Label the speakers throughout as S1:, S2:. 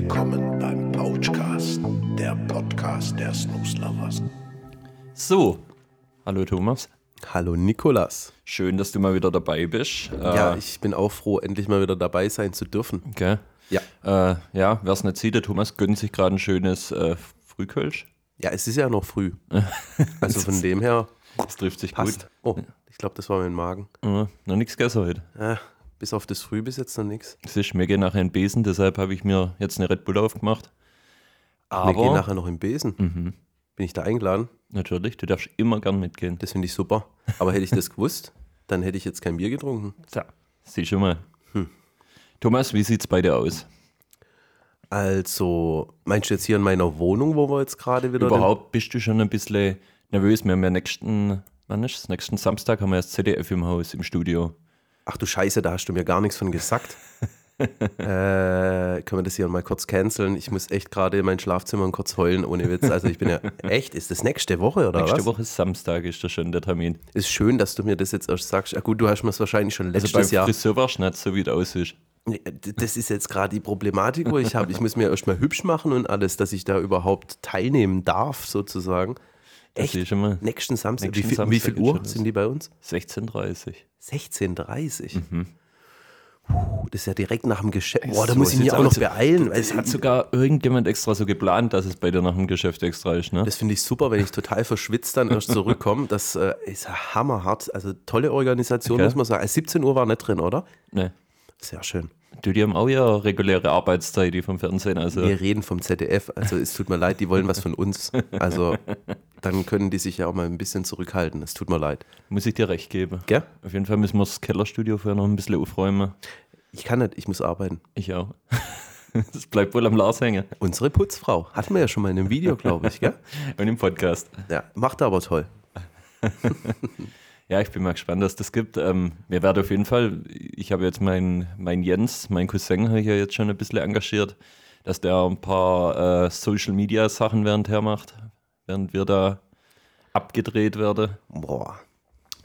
S1: Willkommen beim Pouchcast, der Podcast der Snooze Lovers.
S2: So, hallo Thomas.
S3: Hallo Nikolas.
S2: Schön, dass du mal wieder dabei bist.
S3: Ja,
S2: äh,
S3: ich bin auch froh, endlich mal wieder dabei sein zu dürfen.
S2: gell?
S3: Ja.
S2: Äh, ja, wer es nicht sieht, der Thomas gönnt sich gerade ein schönes äh, Frühkölsch.
S3: Ja, es ist ja noch früh. Also von dem her
S2: Das trifft sich
S3: passt. Oh, ich glaube, das war mein Magen.
S2: gut. Äh, noch nichts gegessen heute.
S3: Ah, bis auf das Früh bis jetzt noch nichts.
S2: Es ist mir geht nachher ein Besen, deshalb habe ich mir jetzt eine Red Bull aufgemacht.
S3: Wir gehen
S2: Aber
S3: nachher noch im Besen. Bin ich da eingeladen?
S2: natürlich, du darfst immer gern mitgehen.
S3: Das finde ich super. Aber hätte ich das gewusst, dann hätte ich jetzt kein Bier getrunken.
S2: So, sieh schon mal.
S3: Hm.
S2: Thomas, wie sieht's bei dir aus?
S3: Also, meinst du jetzt hier in meiner Wohnung, wo wir jetzt gerade wieder. den-
S2: Überhaupt bist du schon ein bisschen nervös. Wir haben ja nächsten, wann ist es? Nächsten Samstag haben wir das ZDF im Haus, im Studio.
S3: Ach du Scheiße, da hast du mir gar nichts von gesagt. äh, können wir das hier mal kurz canceln? Ich muss echt gerade in mein Schlafzimmer kurz heulen, ohne Witz. Also ich bin ja echt, ist das nächste Woche oder
S2: Nächste
S3: was?
S2: Woche ist Samstag, ist das schon der Termin.
S3: Ist schön, dass du mir das jetzt erst sagst. Ja gut, du hast mir es wahrscheinlich schon
S2: Also
S3: letztes
S2: beim
S3: Jahr.
S2: Friseur warst du nicht so, wie es aussieht.
S3: Nee, d- Das ist jetzt gerade die Problematik, wo ich habe. Ich muss mir erst mal hübsch machen und alles, dass ich da überhaupt teilnehmen darf, sozusagen.
S2: Das
S3: Echt?
S2: ist schon mal
S3: Nächsten Samstag.
S2: Nächsten
S3: wie, viel, wie
S2: Samstag
S3: viel
S2: ist schon
S3: Uhr
S2: das.
S3: sind die bei uns?
S2: 16.30 Uhr.
S3: 16.30 Puh, das ist ja direkt nach dem Geschäft. Boah, da
S2: Mhm. So
S3: muss ich mich
S2: sieht's
S3: auch noch
S2: aus.
S3: beeilen. weil es-
S2: Hat sogar irgendjemand extra so geplant, dass es bei dir nach dem Geschäft extra ist, ne?
S3: Das finde ich super, wenn ich total verschwitzt dann erst zurückkomme. Das äh, ist hammerhart. Also tolle Organisation,
S2: Okay.
S3: muss man sagen. Äh, 17 Uhr war nicht drin, oder?
S2: Ne.
S3: Sehr schön.
S2: Du, die haben auch ja reguläre Arbeitszeit, die vom Fernsehen, also
S3: Wir reden vom ZDF. Also es tut mir leid, die wollen was von uns. Also dann können die sich ja auch mal ein bisschen zurückhalten. Es tut mir leid.
S2: muss ich dir recht geben.
S3: Gell?
S2: Auf jeden Fall müssen wir das Kellerstudio vorher noch ein bisschen aufräumen.
S3: Ich kann nicht, ich muss arbeiten.
S2: Ich auch. Das bleibt wohl am Lars hängen
S3: Unsere Putzfrau hatten wir ja schon mal in einem Video, glaube ich. Gell?
S2: und im Podcast.
S3: Ja, macht aber toll.
S2: Ja, ich bin mal gespannt, was das gibt. Ähm, wir werden auf jeden Fall, ich habe jetzt meinen mein Jens, meinen Cousin, habe ich ja jetzt schon ein bisschen engagiert, dass der ein paar äh, Social-Media-Sachen währendher macht, während wir da abgedreht werden.
S3: Boah,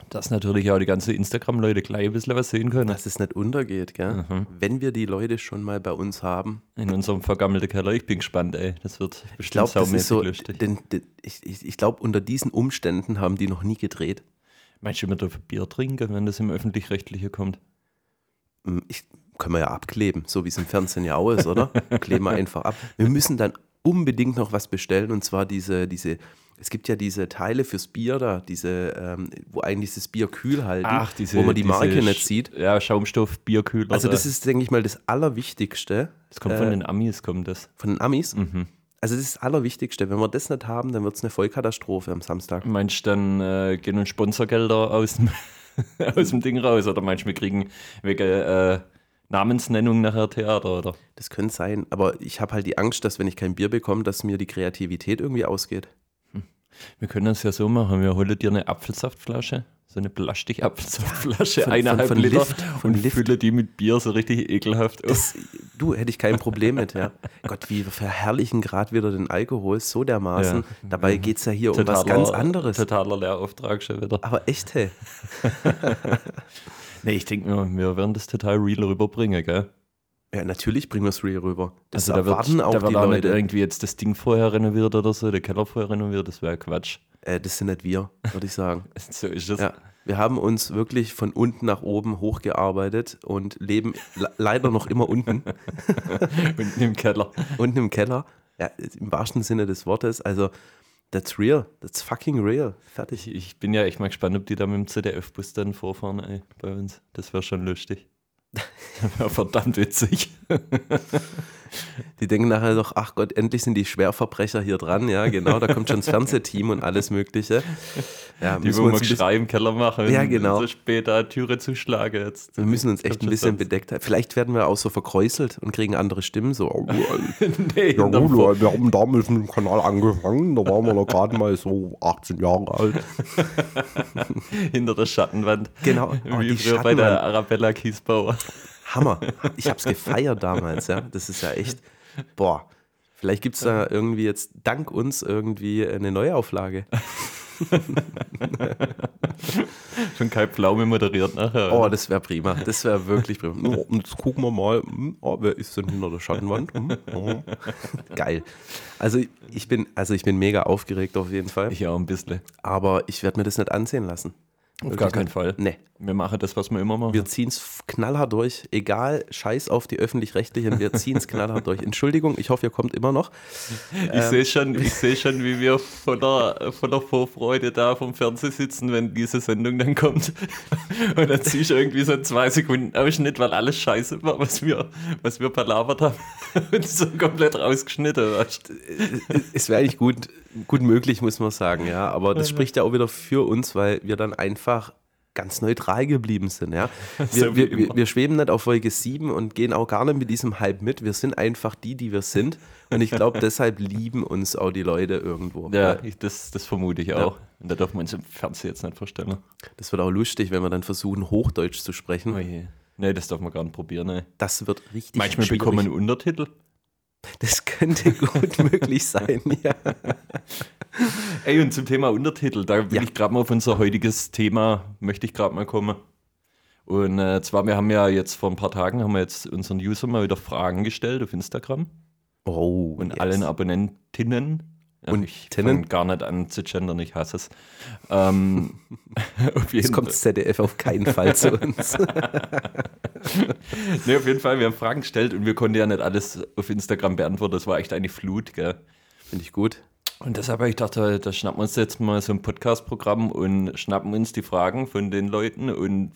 S2: Dass natürlich auch die ganzen Instagram-Leute gleich ein bisschen was sehen können.
S3: dass es nicht untergeht, gell?
S2: Mhm.
S3: Wenn wir die Leute schon mal bei uns haben,
S2: In unserem vergammelten Keller. Ich bin gespannt, ey. Das wird
S3: Ich
S2: bestimmt
S3: glaube, das
S2: saumäßig
S3: ist so.
S2: lustig.
S3: Den, den, ich ich, ich glaube, unter diesen Umständen haben die noch nie gedreht.
S2: Meinst du, wir dürfen Bier trinken, wenn das im Öffentlich-Rechtliche kommt?
S3: Hm, Ich, können wir ja abkleben, so wie es im Fernsehen ja auch ist, oder? Kleben wir einfach ab. Wir müssen dann unbedingt noch was bestellen und zwar diese, diese. Es gibt ja diese Teile fürs Bier da, diese, ähm, wo eigentlich das Bier kühl halten, wo man die Marke
S2: diese
S3: nicht
S2: Sch-
S3: sieht.
S2: Ja, Schaumstoff, Bierkühler.
S3: Also
S2: da.
S3: das ist, denke ich mal, das Allerwichtigste
S2: Das kommt
S3: äh,
S2: von den Amis, kommt das.
S3: von den Amis.
S2: Mhm.
S3: Also das ist das Allerwichtigste. Wenn wir das nicht haben, dann wird es eine Vollkatastrophe am Samstag.
S2: Meinst du, dann äh, gehen uns Sponsorgelder aus dem, aus dem Ding raus? Oder meinst du, wir kriegen wegen äh, Namensnennung nachher Theater? Oder?
S3: Das könnte sein, aber ich habe halt die Angst, dass wenn ich kein Bier bekomme, dass mir die Kreativität irgendwie ausgeht.
S2: Wir können das ja so machen. Wir holen dir eine Apfelsaftflasche, so eine Plastikapfelsaftflasche,
S3: von-
S2: eineinhalb
S3: von- von
S2: Liter
S3: Lift, von
S2: und
S3: Lift.
S2: füllen die mit Bier so richtig ekelhaft. auf.
S3: Das, du, hätte ich kein Problem mit, ja. Gott, wir verherrlichen gerade wieder den Alkohol so dermaßen.
S2: Ja. Mhm.
S3: Dabei geht es ja hier um was ganz anderes.
S2: Totaler Lehrauftrag schon wieder.
S3: Aber echt, hey.
S2: Nee, ich denke mir, wir werden das total real rüberbringen, gell?
S3: Ja, natürlich bringen wir es real rüber. Das
S2: Also da wird,
S3: erwarten auch
S2: da wird
S3: die
S2: auch nicht
S3: Leute.
S2: irgendwie jetzt das Ding vorher renoviert oder so, der Keller vorher renoviert, das wäre Quatsch.
S3: Äh, das sind nicht wir, würde ich sagen.
S2: So ist das.
S3: Ja. Wir haben uns wirklich von unten nach oben hochgearbeitet und leben le- leider noch immer unten.
S2: Unten im Keller.
S3: unten im Keller. Ja, im wahrsten Sinne des Wortes. Also, that's real. That's fucking real. Fertig.
S2: Ich, ich bin ja echt mal gespannt, ob die da mit dem ZDF-Bus dann vorfahren ey, bei uns. Das wäre schon lustig. Das wäre verdammt witzig.
S3: Die denken nachher doch, ach Gott, endlich sind die Schwerverbrecher hier dran. Ja, genau, da kommt schon das Fernsehteam und alles Mögliche. Ja,
S2: Die
S3: müssen
S2: wollen wir
S3: wir, uns ein bisschen,
S2: Geschrei im Keller machen.
S3: Ja, genau.
S2: So später Türe zuschlagen jetzt.
S3: wir müssen uns echt ein
S2: Kommt
S3: bisschen
S2: schon
S3: bedeckt halten. Vielleicht werden wir auch so verkräuselt und kriegen andere Stimmen. So, oh,
S2: sonst. Nee,
S4: Ja
S2: dann
S4: gut,
S2: vor-
S4: wir, wir haben damals mit dem Kanal angefangen, da waren wir noch gerade mal so 18 Jahre alt.
S2: hinter der Schattenwand.
S3: Genau. Oh,
S2: Wie
S3: die
S2: früher bei der
S3: Schattenwand.
S2: Arabella Kiesbauer.
S3: Hammer. Ich hab's gefeiert damals. Ja, das ist ja echt, boah. Vielleicht gibt es da irgendwie jetzt dank uns irgendwie eine Neuauflage.
S2: Schon Kai Pflaume moderiert nachher.
S3: Oh, das wäre prima. Das wäre wirklich prima.
S4: Ja, und jetzt gucken wir mal, hm,
S3: oh,
S4: ah, wer ist denn hinter der Schattenwand? Hm, ja.
S3: Geil. Also ich bin, also ich bin mega aufgeregt auf jeden Fall.
S2: Ich auch ein bisschen.
S3: Aber ich werde mir das nicht ansehen lassen.
S2: Auf gar keinen Fall.
S3: Nee.
S2: Wir machen das, was wir immer machen.
S3: Wir ziehen es knallhart durch. Egal, scheiß auf die öffentlich-rechtlichen, wir ziehen es knallhart durch. Entschuldigung, ich hoffe, ihr kommt immer noch.
S2: ich sehe schon, ich seh schon, wie wir von der, von der Vorfreude da vom Fernseher sitzen, wenn diese Sendung dann kommt. Und dann ziehst du irgendwie so einen zwei Sekunden Ausschnitt, weil alles scheiße war, was wir, was wir palabert haben. Und so komplett rausgeschnitten. Weißt. du.
S3: es wäre eigentlich gut, gut möglich, muss man sagen, ja. Aber das spricht ja auch wieder für uns, weil wir dann einfach ganz neutral geblieben sind, ja. Wir,
S2: So wie
S3: wir, wir,
S2: immer.
S3: wir schweben nicht auf Wolke 7 und gehen auch gar nicht mit diesem Hype mit. Wir sind einfach die, die wir sind. Und ich glaube, deshalb lieben uns auch die Leute irgendwo.
S2: Ja, ich, das, das vermute ich auch. Und da dürfen wir uns im Fernsehen jetzt nicht vorstellen.
S3: Das wird auch lustig, wenn wir dann versuchen, Hochdeutsch zu sprechen.
S2: Nee, das darf man gar nicht probieren. Nee.
S3: Das wird richtig
S2: Manchmal
S3: schwierig.
S2: bekommen wir Untertitel.
S3: Das könnte gut möglich sein, ja.
S2: Ey, und zum Thema Untertitel, da will
S3: Ja.
S2: ich gerade mal auf unser heutiges Thema, möchte ich gerade mal kommen. Und äh, zwar, wir haben ja jetzt vor ein paar Tagen, haben wir jetzt unseren User mal wieder Fragen gestellt auf Instagram
S3: Oh,
S2: und
S3: yes.
S2: allen Abonnentinnen. Ja,
S3: Und
S2: ich
S3: Tinnen?
S2: fang gar nicht an zu gendern, ich hasse es. Ähm, auf
S3: Jetzt
S2: jeden
S3: kommt das ZDF auf keinen Fall zu uns.
S2: Nee, auf jeden Fall, wir haben Fragen gestellt und wir konnten ja nicht alles auf Instagram beantworten. Das war echt eine Flut, gell?
S3: Finde ich gut.
S2: Und deshalb habe ich gedacht, da, da schnappen wir uns jetzt mal so ein Podcast-Programm und schnappen uns die Fragen von den Leuten und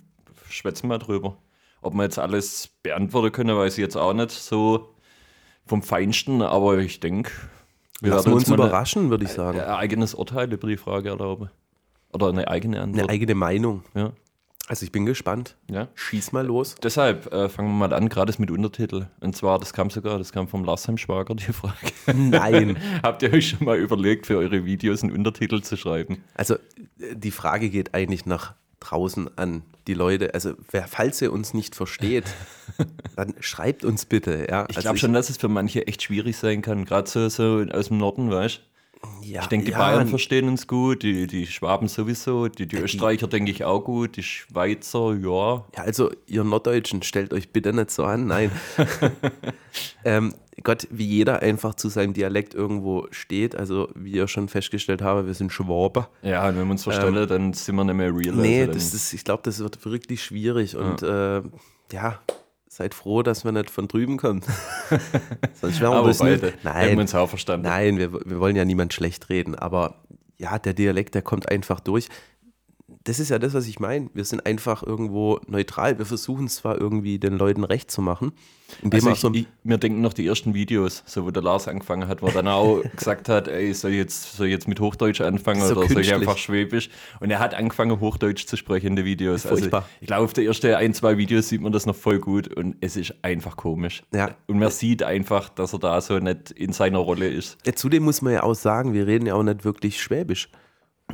S2: schwätzen mal drüber. Ob wir jetzt alles beantworten können, weiß ich jetzt auch nicht so vom Feinsten, aber ich denke, wir
S3: Lassen wir uns
S2: mal Äh,
S3: überraschen, würde ich sagen.
S2: Ein, ein eigenes Urteil über die Frage erlauben. Oder eine eigene
S3: Eine
S2: Antwort.
S3: eigene Meinung.
S2: ja.
S3: Also ich bin gespannt.
S2: Ja.
S3: Schieß mal los.
S2: Deshalb äh, fangen wir mal an, gerade das mit Untertitel. Und zwar, das kam sogar, das kam vom Lars Schwager, die Frage.
S3: Nein.
S2: Habt ihr euch schon mal überlegt, für eure Videos einen Untertitel zu schreiben?
S3: Also äh, die Frage geht eigentlich nach draußen an die Leute. Also wer, falls ihr uns nicht versteht, dann schreibt uns bitte. Ja?
S2: Also
S3: Also
S2: Ich glaube schon, dass es für manche echt schwierig sein kann, gerade so, so aus dem Norden, weißt
S3: ja,
S2: Ich denke, die
S3: ja,
S2: Bayern verstehen uns gut, die, die Schwaben sowieso, Äh, die, die Österreicher denke ich auch gut, die Schweizer, ja.
S3: Ja, also ihr Norddeutschen, stellt euch bitte nicht so an, nein. ähm, Gott, wie jeder einfach zu seinem Dialekt irgendwo steht, also wie ihr schon festgestellt habt, wir sind Schwabe.
S2: Ja, und wenn wir uns verstellen, dann sind wir nicht mehr real.
S3: Nee,
S2: also dann-
S3: das ist, ich glaube, das wird wirklich schwierig und äh, ja, seid froh, dass wir nicht von drüben kommen. Sonst wären wir
S2: aber
S3: das
S2: wobei,
S3: nicht.
S2: da hätten wir
S3: Nein,
S2: uns auch verstanden.
S3: nein wir, wir wollen ja niemand schlecht reden, aber ja, der Dialekt, der kommt einfach durch. Das ist ja das, was ich meine. Wir sind einfach irgendwo neutral. Wir versuchen zwar irgendwie den Leuten recht zu machen, indem
S2: Also
S3: wir
S2: ich,
S3: so
S2: ich, wir denken noch die ersten Videos, so wo der Lars angefangen hat, wo er dann auch gesagt hat, ey, soll ich jetzt, soll ich jetzt mit Hochdeutsch anfangen
S3: So
S2: oder soll ich
S3: künstlich.
S2: einfach Schwäbisch? Und er hat angefangen, Hochdeutsch zu sprechen in den Videos. Also
S3: Furchtbar.
S2: ich glaube, auf der ersten ein, zwei Videos sieht man das noch voll gut und es ist einfach komisch.
S3: Ja.
S2: Und man sieht einfach, dass er da so nicht in seiner Rolle ist.
S3: Ja, Zudem muss man ja auch sagen, wir reden ja auch nicht wirklich Schwäbisch.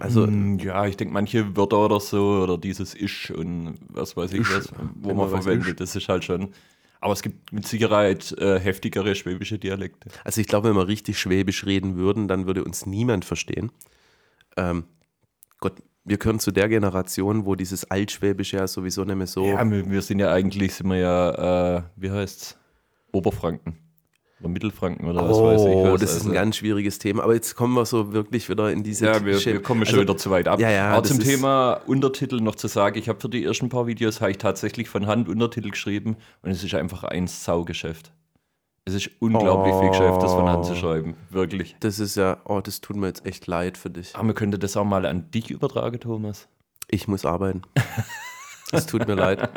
S3: Also
S2: Mm, Ja, ich denke, manche Wörter oder so oder dieses Isch und was weiß ich was, wo
S3: wenn
S2: man
S3: man was
S2: verwendet, das ist halt schon. Aber es gibt mit Sicherheit äh, heftigere schwäbische Dialekte.
S3: Also ich glaube, wenn wir richtig Schwäbisch reden würden, dann würde uns niemand verstehen. Ähm, Gott, wir gehören zu der Generation, wo dieses Altschwäbische ja sowieso nicht mehr so.
S2: Ja, wir, wir sind ja eigentlich, sind wir ja, äh, wie heißt's? Oberfranken. Oder Mittelfranken oder was weiß ich.
S3: oh,
S2: was.
S3: das ist
S2: Also,
S3: ein ganz schwieriges Thema. Aber jetzt kommen wir so wirklich wieder in diese.
S2: ja, wir,
S3: Sche-
S2: wir kommen schon
S3: also,
S2: wieder zu weit ab.
S3: Ja, ja,
S2: Aber
S3: das
S2: zum
S3: ist-
S2: Thema Untertitel noch zu sagen, ich habe für die ersten paar Videos habe ich tatsächlich von Hand Untertitel geschrieben und es ist einfach ein Saugeschäft. Es ist unglaublich viel Geschäft, das von Hand zu schreiben. Wirklich.
S3: Das ist ja, oh, das tut mir jetzt echt leid für dich.
S2: Aber man könnte das auch mal an dich übertragen, Thomas.
S3: Ich muss arbeiten. Es tut mir leid.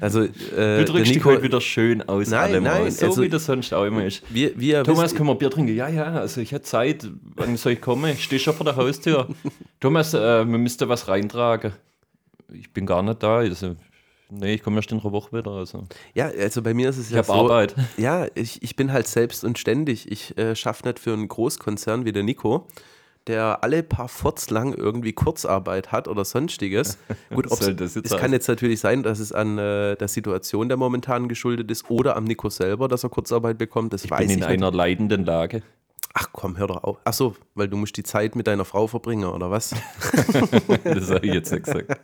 S3: Also, äh,
S2: Du
S3: der
S2: drückst dich
S3: Nico-
S2: heute wieder schön aus
S3: Nein,
S2: allem
S3: nein,
S2: aus, so
S3: also-
S2: wie das sonst auch immer ist.
S3: wir, wir
S2: Thomas,
S3: wissen-
S2: können wir Bier trinken? Ja, ja, also ich hätte Zeit. Wann soll ich kommen? Ich stehe schon vor der Haustür. Thomas, äh, wir müssten was reintragen. Ich bin gar nicht da. Also, nee, ich komme erst in einer Woche wieder. Also.
S3: Ja, also bei mir ist es ja
S2: hab
S3: so,
S2: Arbeit.
S3: Ja, ich, ich bin halt selbst und ständig. Ich äh, schaffe nicht für einen Großkonzern wie der Nico, der alle paar Furz lang irgendwie Kurzarbeit hat oder sonstiges. Gut, ob's,
S2: Soll das jetzt
S3: es kann
S2: heißen?
S3: jetzt natürlich sein, dass es an äh, der Situation der momentan geschuldet ist oder am Nico selber, dass er Kurzarbeit bekommt. Das
S2: Ich
S3: weiß
S2: bin in
S3: ich nicht.
S2: einer leidenden Lage.
S3: Ach komm, hör doch auf. Ach so, weil du musst die Zeit mit deiner Frau verbringen, oder was?
S2: Das habe ich jetzt nicht gesagt.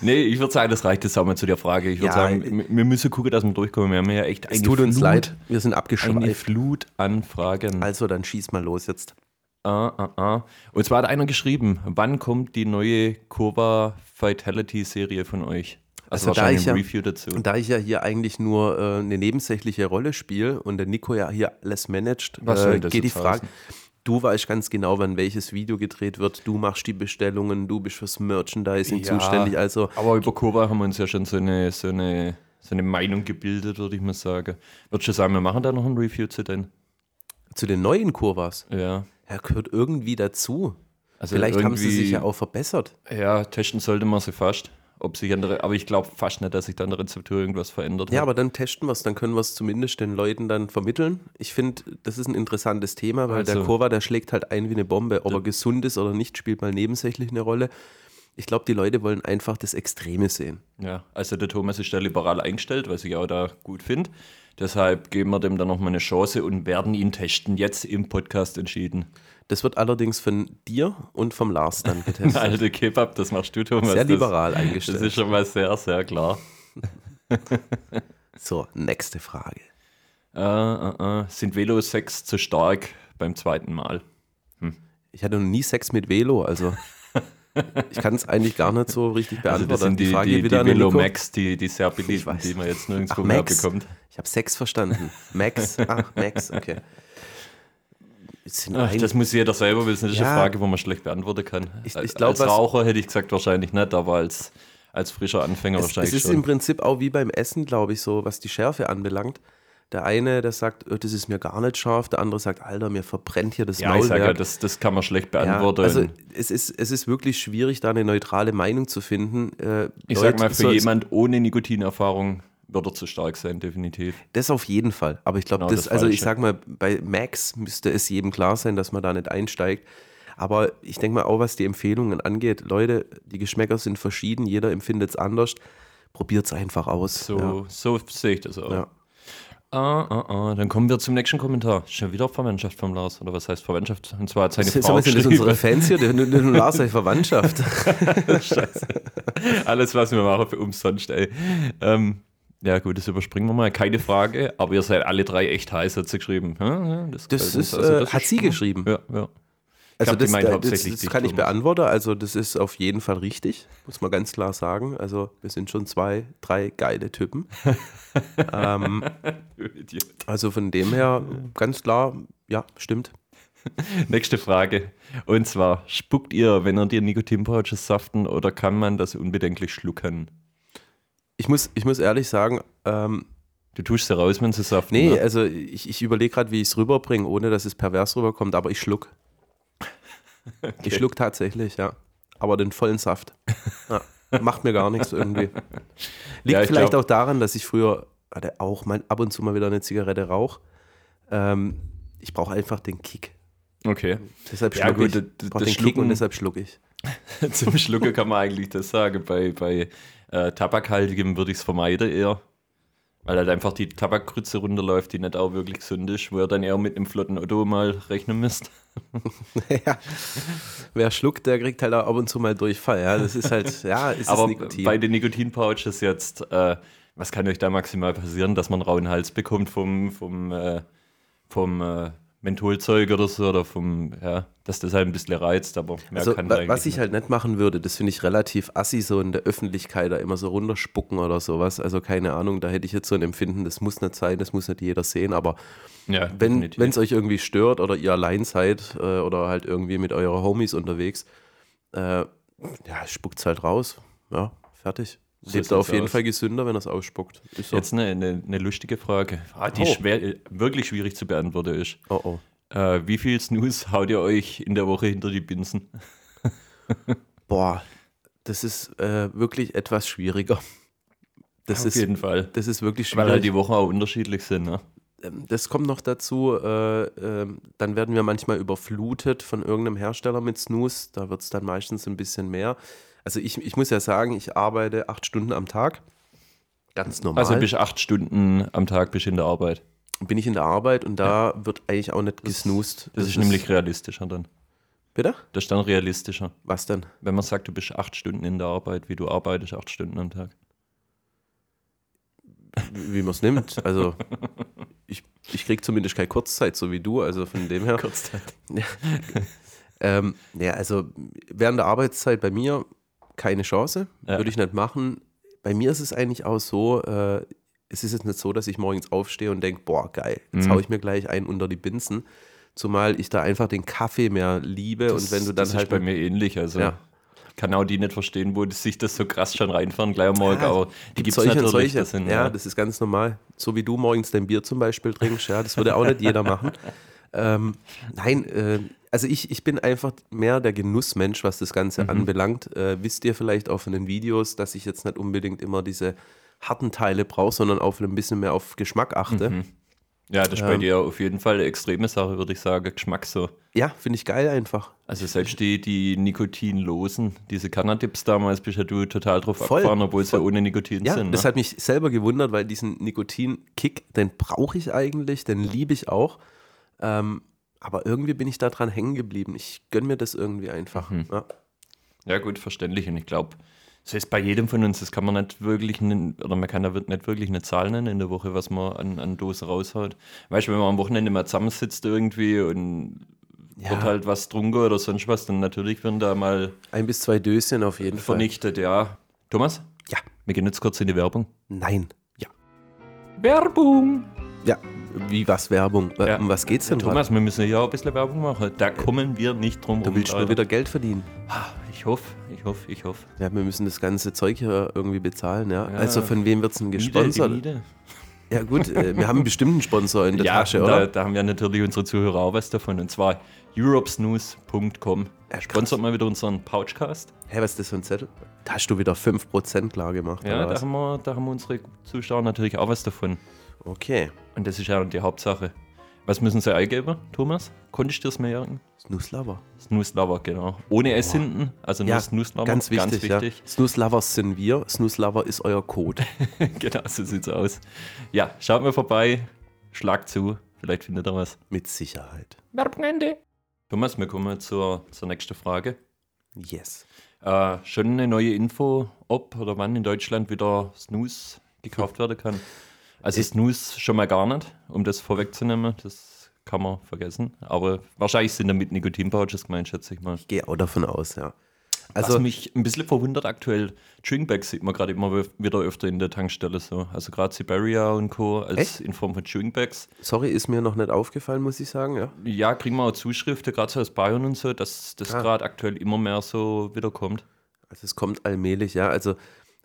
S2: Nee, ich würde sagen, das reicht jetzt auch mal zu der Frage. Ich würde
S3: Ja,
S2: sagen,
S3: äh,
S2: wir- wir müssen gucken, dass wir durchkommen. Wir haben ja echt
S3: Es tut uns
S2: Flut-
S3: leid, wir sind
S2: Eine
S3: abgeschweift.
S2: Flut an Fragen.
S3: Also, dann schieß mal los jetzt.
S2: Ah, ah, ah. Und zwar hat einer geschrieben, wann kommt die neue Cobra Fatality Serie von euch? Also,
S3: Also da
S2: wahrscheinlich
S3: ich ja-
S2: ein Review dazu.
S3: Und da ich ja hier eigentlich nur äh, eine nebensächliche Rolle spiele und der Nico ja hier alles managt,
S2: Was
S3: äh,
S2: soll das
S3: geht die
S2: jetzt
S3: Frage.
S2: heißen?
S3: Du weißt ganz genau, wann welches Video gedreht wird. Du machst die Bestellungen, du bist fürs Merchandising
S2: Ja,
S3: zuständig. Also
S2: Aber über Cobra haben wir uns ja schon so eine, so eine, so eine Meinung gebildet, würde ich mal sagen. Würdest du sagen, wir machen da noch ein Review zu denn?
S3: zu den neuen Kurvas,
S2: Ja.
S3: ja, gehört irgendwie dazu.
S2: Also
S3: Vielleicht haben sie
S2: irgendwie-
S3: sich ja auch verbessert.
S2: Ja, testen sollte man sie fast. Ob sich andere, aber ich glaube fast nicht, dass sich da an der Rezeptur irgendwas verändert
S3: Ja,
S2: hat.
S3: aber dann testen wir es, dann können wir es zumindest den Leuten dann vermitteln. Ich finde, das ist ein interessantes Thema, weil der
S2: Also-
S3: Kurva, der schlägt halt ein wie eine Bombe. Ob er gesund ist oder nicht, spielt mal nebensächlich eine Rolle. Ich glaube, die Leute wollen einfach das Extreme sehen.
S2: Ja, also der Thomas ist da liberal eingestellt, was ich auch da gut finde. Deshalb geben wir dem dann nochmal eine Chance und werden ihn testen. Jetzt im Podcast entschieden.
S3: Das wird allerdings von dir und vom Lars dann getestet.
S2: Alte Kebab, das machst du, Thomas.
S3: Sehr
S2: Das-
S3: liberal
S2: Das
S3: eingestellt.
S2: ist schon mal sehr, sehr klar.
S3: so, nächste Frage.
S2: Äh, äh, äh. Sind Velos 6 zu stark beim zweiten Mal?
S3: Ich hatte noch nie Sex mit Velo, also ich kann es eigentlich gar nicht so richtig
S2: Also
S3: beantworten.
S2: das sind die,
S3: Frage
S2: die,
S3: geht
S2: die
S3: wieder an den
S2: Velo
S3: Nico.
S2: Max, die, die sehr
S3: Ich
S2: beliebten,
S3: weiß.
S2: die man jetzt nirgendwo
S3: Ach,
S2: mehr
S3: Max.
S2: bekommt.
S3: Ich habe Sex verstanden. Max, ach, Max, okay. Es sind
S2: Ach,
S3: ein-
S2: das muss jeder selber wissen. Das ist
S3: Ja.
S2: eine Frage, wo man schlecht beantworten kann.
S3: Ich- ich glaub,
S2: als
S3: was-
S2: Raucher hätte ich gesagt, wahrscheinlich nicht, aber als, als frischer Anfänger
S3: es,
S2: wahrscheinlich
S3: es ist
S2: schon.
S3: im Prinzip auch wie beim Essen, glaube ich, so, was die Schärfe anbelangt. Der eine, der sagt, "Ö, das ist mir gar nicht scharf. Der andere sagt, Alter, mir verbrennt hier das
S2: ja, ich halt,
S3: Maulwerk.
S2: sage ja, das, das kann man schlecht
S3: Ja,
S2: beantworten.
S3: also es ist, es ist wirklich schwierig, da eine neutrale Meinung zu finden. Äh,
S2: ich
S3: Leute,
S2: sag mal, für
S3: so-
S2: jemand ohne Nikotinerfahrung wird er zu stark sein, definitiv.
S3: Das auf jeden Fall. Aber ich glaube,
S2: Genau
S3: das,
S2: das
S3: also ich
S2: Falsche.
S3: sag mal, bei Max müsste es jedem klar sein, dass man da nicht einsteigt. Aber ich denke mal auch, was die Empfehlungen angeht, Leute, die Geschmäcker sind verschieden, jeder empfindet es anders. Probiert es einfach aus.
S2: So, so sehe ich das auch.
S3: Ja.
S2: Ah, ah, ah. Dann kommen wir zum nächsten Kommentar. Schon wieder Verwandtschaft vom Lars, oder was heißt Verwandtschaft? Und zwar hat seine
S3: Sag
S2: Frau
S3: mal, sind das unsere
S2: geschrieben,
S3: Fans hier? Der- der- der Lars, seine Verwandtschaft.
S2: alles, was wir machen, für umsonst, ey. Ähm, ja gut, das überspringen wir mal. Keine Frage, aber ihr seid alle drei echt heiß, hat sie geschrieben. Hm, hm,
S3: Das
S2: gefällt uns.
S3: ist,
S2: Also,
S3: äh,
S2: das
S3: hat
S2: ist
S3: sie
S2: schon mal-
S3: geschrieben.
S2: Ja, ja.
S3: Also
S2: glaub, die
S3: das,
S2: meint
S3: das, das,
S2: hauptsächlich
S3: das
S2: dich,
S3: kann ich
S2: Thomas.
S3: beantworten. Also das ist auf jeden Fall richtig, muss man ganz klar sagen. Also wir sind schon zwei, drei geile Typen. ähm, also von dem her ganz klar, ja, stimmt.
S2: Nächste Frage. Und zwar, spuckt ihr, wenn ihr dir Nikotinpouches saften oder kann man das unbedenklich schlucken?
S3: Ich muss, ich muss ehrlich sagen, ähm,
S2: Du tust sie raus, wenn sie saften.
S3: nee,
S2: ne?
S3: also ich, ich überlege gerade, wie ich es rüberbringe, ohne dass es pervers rüberkommt, aber ich schluck. Ich schluck tatsächlich, ja. Aber den vollen Saft. Ja, macht mir gar nichts irgendwie. Liegt
S2: Ja, ich
S3: vielleicht
S2: glaub-
S3: auch daran, dass ich früher hatte auch mal ab und zu mal wieder eine Zigarette rauch. Ähm, ich brauche einfach den Kick.
S2: Okay.
S3: Deshalb
S2: Ja,
S3: schluck
S2: gut,
S3: ich.
S2: das-
S3: Ich brauch
S2: das
S3: den Kick und
S2: Schlucken-
S3: deshalb schluck ich.
S2: Zum Schlucken kann man eigentlich das sagen. Bei, bei äh, Tabakhaltigem würde ich es vermeiden eher. Weil halt einfach die Tabakgrütze runterläuft, die nicht auch wirklich gesund ist, wo ihr dann eher mit einem flotten Auto mal rechnen müsst.
S3: ja. Wer schluckt, der kriegt halt auch ab und zu mal Durchfall. Ja, das ist halt, ja, ist
S2: Aber
S3: das Nikotin.
S2: bei den Nikotinpouches jetzt, äh, was kann euch da maximal passieren, dass man einen rauen Hals bekommt vom, vom, äh, vom äh, Mentholzeug oder so oder vom, ja, dass das halt ein bisschen reizt, aber mehr
S3: Also,
S2: kann
S3: wa-
S2: da eigentlich
S3: was ich
S2: nicht.
S3: halt nicht machen würde, das finde ich relativ assi, so in der Öffentlichkeit da immer so runterspucken oder sowas. Also keine Ahnung, da hätte ich jetzt so ein Empfinden, das muss nicht sein, das muss nicht jeder sehen, aber
S2: ja,
S3: wenn
S2: definitiv.
S3: es euch irgendwie stört oder ihr allein seid äh, oder halt irgendwie mit eurer Homies unterwegs, äh, ja, spuckt's halt raus. Ja, fertig. Lebt
S2: sieht's
S3: auf jeden
S2: aus.
S3: Fall gesünder, wenn das ausspuckt. Ist so.
S2: Jetzt eine, eine, eine lustige Frage, ah, die
S3: Oh.
S2: schwer, wirklich schwierig zu beantworten ist.
S3: Oh oh.
S2: Äh, wie viel Snooze haut ihr euch in der Woche hinter die Binsen?
S3: Boah, das ist äh, wirklich etwas schwieriger. Das
S2: Auf
S3: ist,
S2: jeden Fall.
S3: das ist wirklich schwierig.
S2: Weil halt die Wochen auch unterschiedlich sind. Ne?
S3: Ähm, Das kommt noch dazu, äh, ähm, dann werden wir manchmal überflutet von irgendeinem Hersteller mit Snooze. Da wird es dann meistens ein bisschen mehr. Also ich, ich muss ja sagen, ich arbeite acht Stunden am Tag. Ganz normal.
S2: Also bis acht Stunden am Tag bist du in der Arbeit.
S3: bin ich in der Arbeit und da wird eigentlich auch nicht gesnoost.
S2: Das, ist nämlich realistischer dann.
S3: Bitte?
S2: Das ist dann realistischer.
S3: Was denn?
S2: Wenn man sagt, du bist acht Stunden in der Arbeit, wie du arbeitest, acht Stunden am Tag.
S3: Wie man es nimmt. Also, ich, ich kriege zumindest keine Kurzzeit, so wie du, also von dem her.
S2: Kurzzeit.
S3: Ähm, ja, also während der Arbeitszeit bei mir keine Chance,
S2: Ja.
S3: würde ich nicht machen. Bei mir ist es eigentlich auch so, äh, es ist jetzt nicht so, dass ich morgens aufstehe und denke, boah, geil, jetzt
S2: Mhm.
S3: haue ich mir gleich einen unter die Binsen. Zumal ich da einfach den Kaffee mehr liebe und wenn du dann
S2: das
S3: halt
S2: ist bei mir ähnlich. Also
S3: Ja.
S2: ich kann auch die nicht verstehen, wo die sich das so krass schon reinfahren. Gleich am Morgen
S3: Ja,
S2: auch. Die gibt es
S3: solche
S2: natürlich.
S3: und solche.
S2: Das sind, ne?
S3: ja,
S2: ja,
S3: das ist ganz normal. So wie du morgens dein Bier zum Beispiel trinkst, ja, das würde auch nicht jeder machen. Ähm, nein, äh, also ich, ich bin einfach mehr der Genussmensch, was das Ganze
S2: Mhm.
S3: anbelangt. Äh, wisst ihr vielleicht auch von den Videos, dass ich jetzt nicht unbedingt immer diese harten Teile brauche, sondern auch ein bisschen mehr auf Geschmack achte.
S2: Mhm. ja, das ist bei
S3: Ähm.
S2: dir auf jeden Fall eine extreme Sache, würde ich sagen. Geschmack so.
S3: Ja, finde ich geil einfach.
S2: Also selbst die, die Nikotinlosen, diese Cannadips damals, bist ja du total drauf
S3: Voll,
S2: abgefahren, obwohl sie ja ohne Nikotin
S3: Ja,
S2: sind.
S3: das
S2: ne?
S3: hat mich selber gewundert, weil diesen Nikotin-Kick, den brauche ich eigentlich, den liebe ich auch. Ähm, aber irgendwie bin ich da dran hängen geblieben. Ich gönne mir das irgendwie einfach.
S2: Mhm.
S3: ne? Ja.
S2: Ja, gut, verständlich. Und ich glaube, das ist bei jedem von uns, das kann man nicht wirklich, nen- oder man kann da wird- nicht wirklich eine Zahl nennen in der Woche, was man an, an Dose raushaut. Weißt du, wenn man am Wochenende mal zusammensitzt irgendwie und wird halt was trunken oder sonst was, dann natürlich werden da mal
S3: Ein bis zwei Döschen auf jeden Fall.
S2: vernichtet, ja. Thomas,
S3: Ja,
S2: wir gehen jetzt kurz in die Werbung.
S3: nein. Ja.
S2: Werbung!
S3: Ja, wie was Werbung? Äh,
S2: Ja.
S3: Um was geht's denn?
S2: Thomas, wir müssen ja auch ein bisschen Werbung machen. Da kommen wir nicht drum
S3: Brad? du willst nur
S2: Alter.
S3: wieder Geld verdienen.
S2: Ich hoffe, ich hoffe, ich hoffe.
S3: Ja, wir müssen das ganze Zeug hier irgendwie bezahlen, ja.
S2: Ja.
S3: Also von wem wird's denn
S2: Miete,
S3: gesponsert?
S2: die Miete.
S3: Ja gut, äh, wir haben bestimmt einen Sponsor in der
S2: ja,
S3: Tasche,
S2: da,
S3: oder?
S2: da haben ja natürlich unsere Zuhörer auch was davon. Und zwar europesnews.com.
S3: Ja, krass.
S2: Sponsert mal wieder unseren Pouchcast.
S3: Hä, was ist das für ein Zettel? Da hast du wieder 5% klar gemacht.
S2: Ja,
S3: oder
S2: da
S3: was?
S2: haben, wir, da haben unsere Zuschauer natürlich auch was davon.
S3: Okay.
S2: Und das ist ja die Hauptsache. Was müssen sie eingeben, Thomas? Konntest du das mir merken?
S3: Snooze-Lover.
S2: Snooze-Lover, genau. Ohne S hinten, also nur Snooze-Lover.
S3: ganz wichtig. Ja. Snooze-Lovers sind wir, Snooze-Lover ist euer Code.
S2: genau, so sieht's aus. Ja, schaut mal vorbei, schlagt zu, vielleicht findet ihr was.
S3: Mit Sicherheit.
S2: Werbung Ende. Thomas, wir kommen zur, zur nächsten Frage.
S3: Yes.
S2: Äh, schon eine neue Info, ob oder wann in Deutschland wieder Snooze gekauft werden kann. Also Snooze schon mal gar nicht, um das vorwegzunehmen, das kann man vergessen. Aber wahrscheinlich sind damit Nikotinpouches gemeint, schätze ich mal.
S3: Gehe auch davon aus, ja.
S2: Was
S3: Also,
S2: mich ein bisschen verwundert aktuell, Chewingbags sieht man gerade immer wö- wieder öfter in der Tankstelle so. Also gerade Siberia und Co. als
S3: Echt?
S2: in Form von Chewingbags.
S3: sorry, ist mir noch nicht aufgefallen, muss ich sagen, ja.
S2: Ja, kriegen wir auch Zuschriften, gerade so aus Bayern und so, dass das
S3: Ah.
S2: gerade aktuell immer mehr so wiederkommt.
S3: Also es kommt allmählich, ja. Also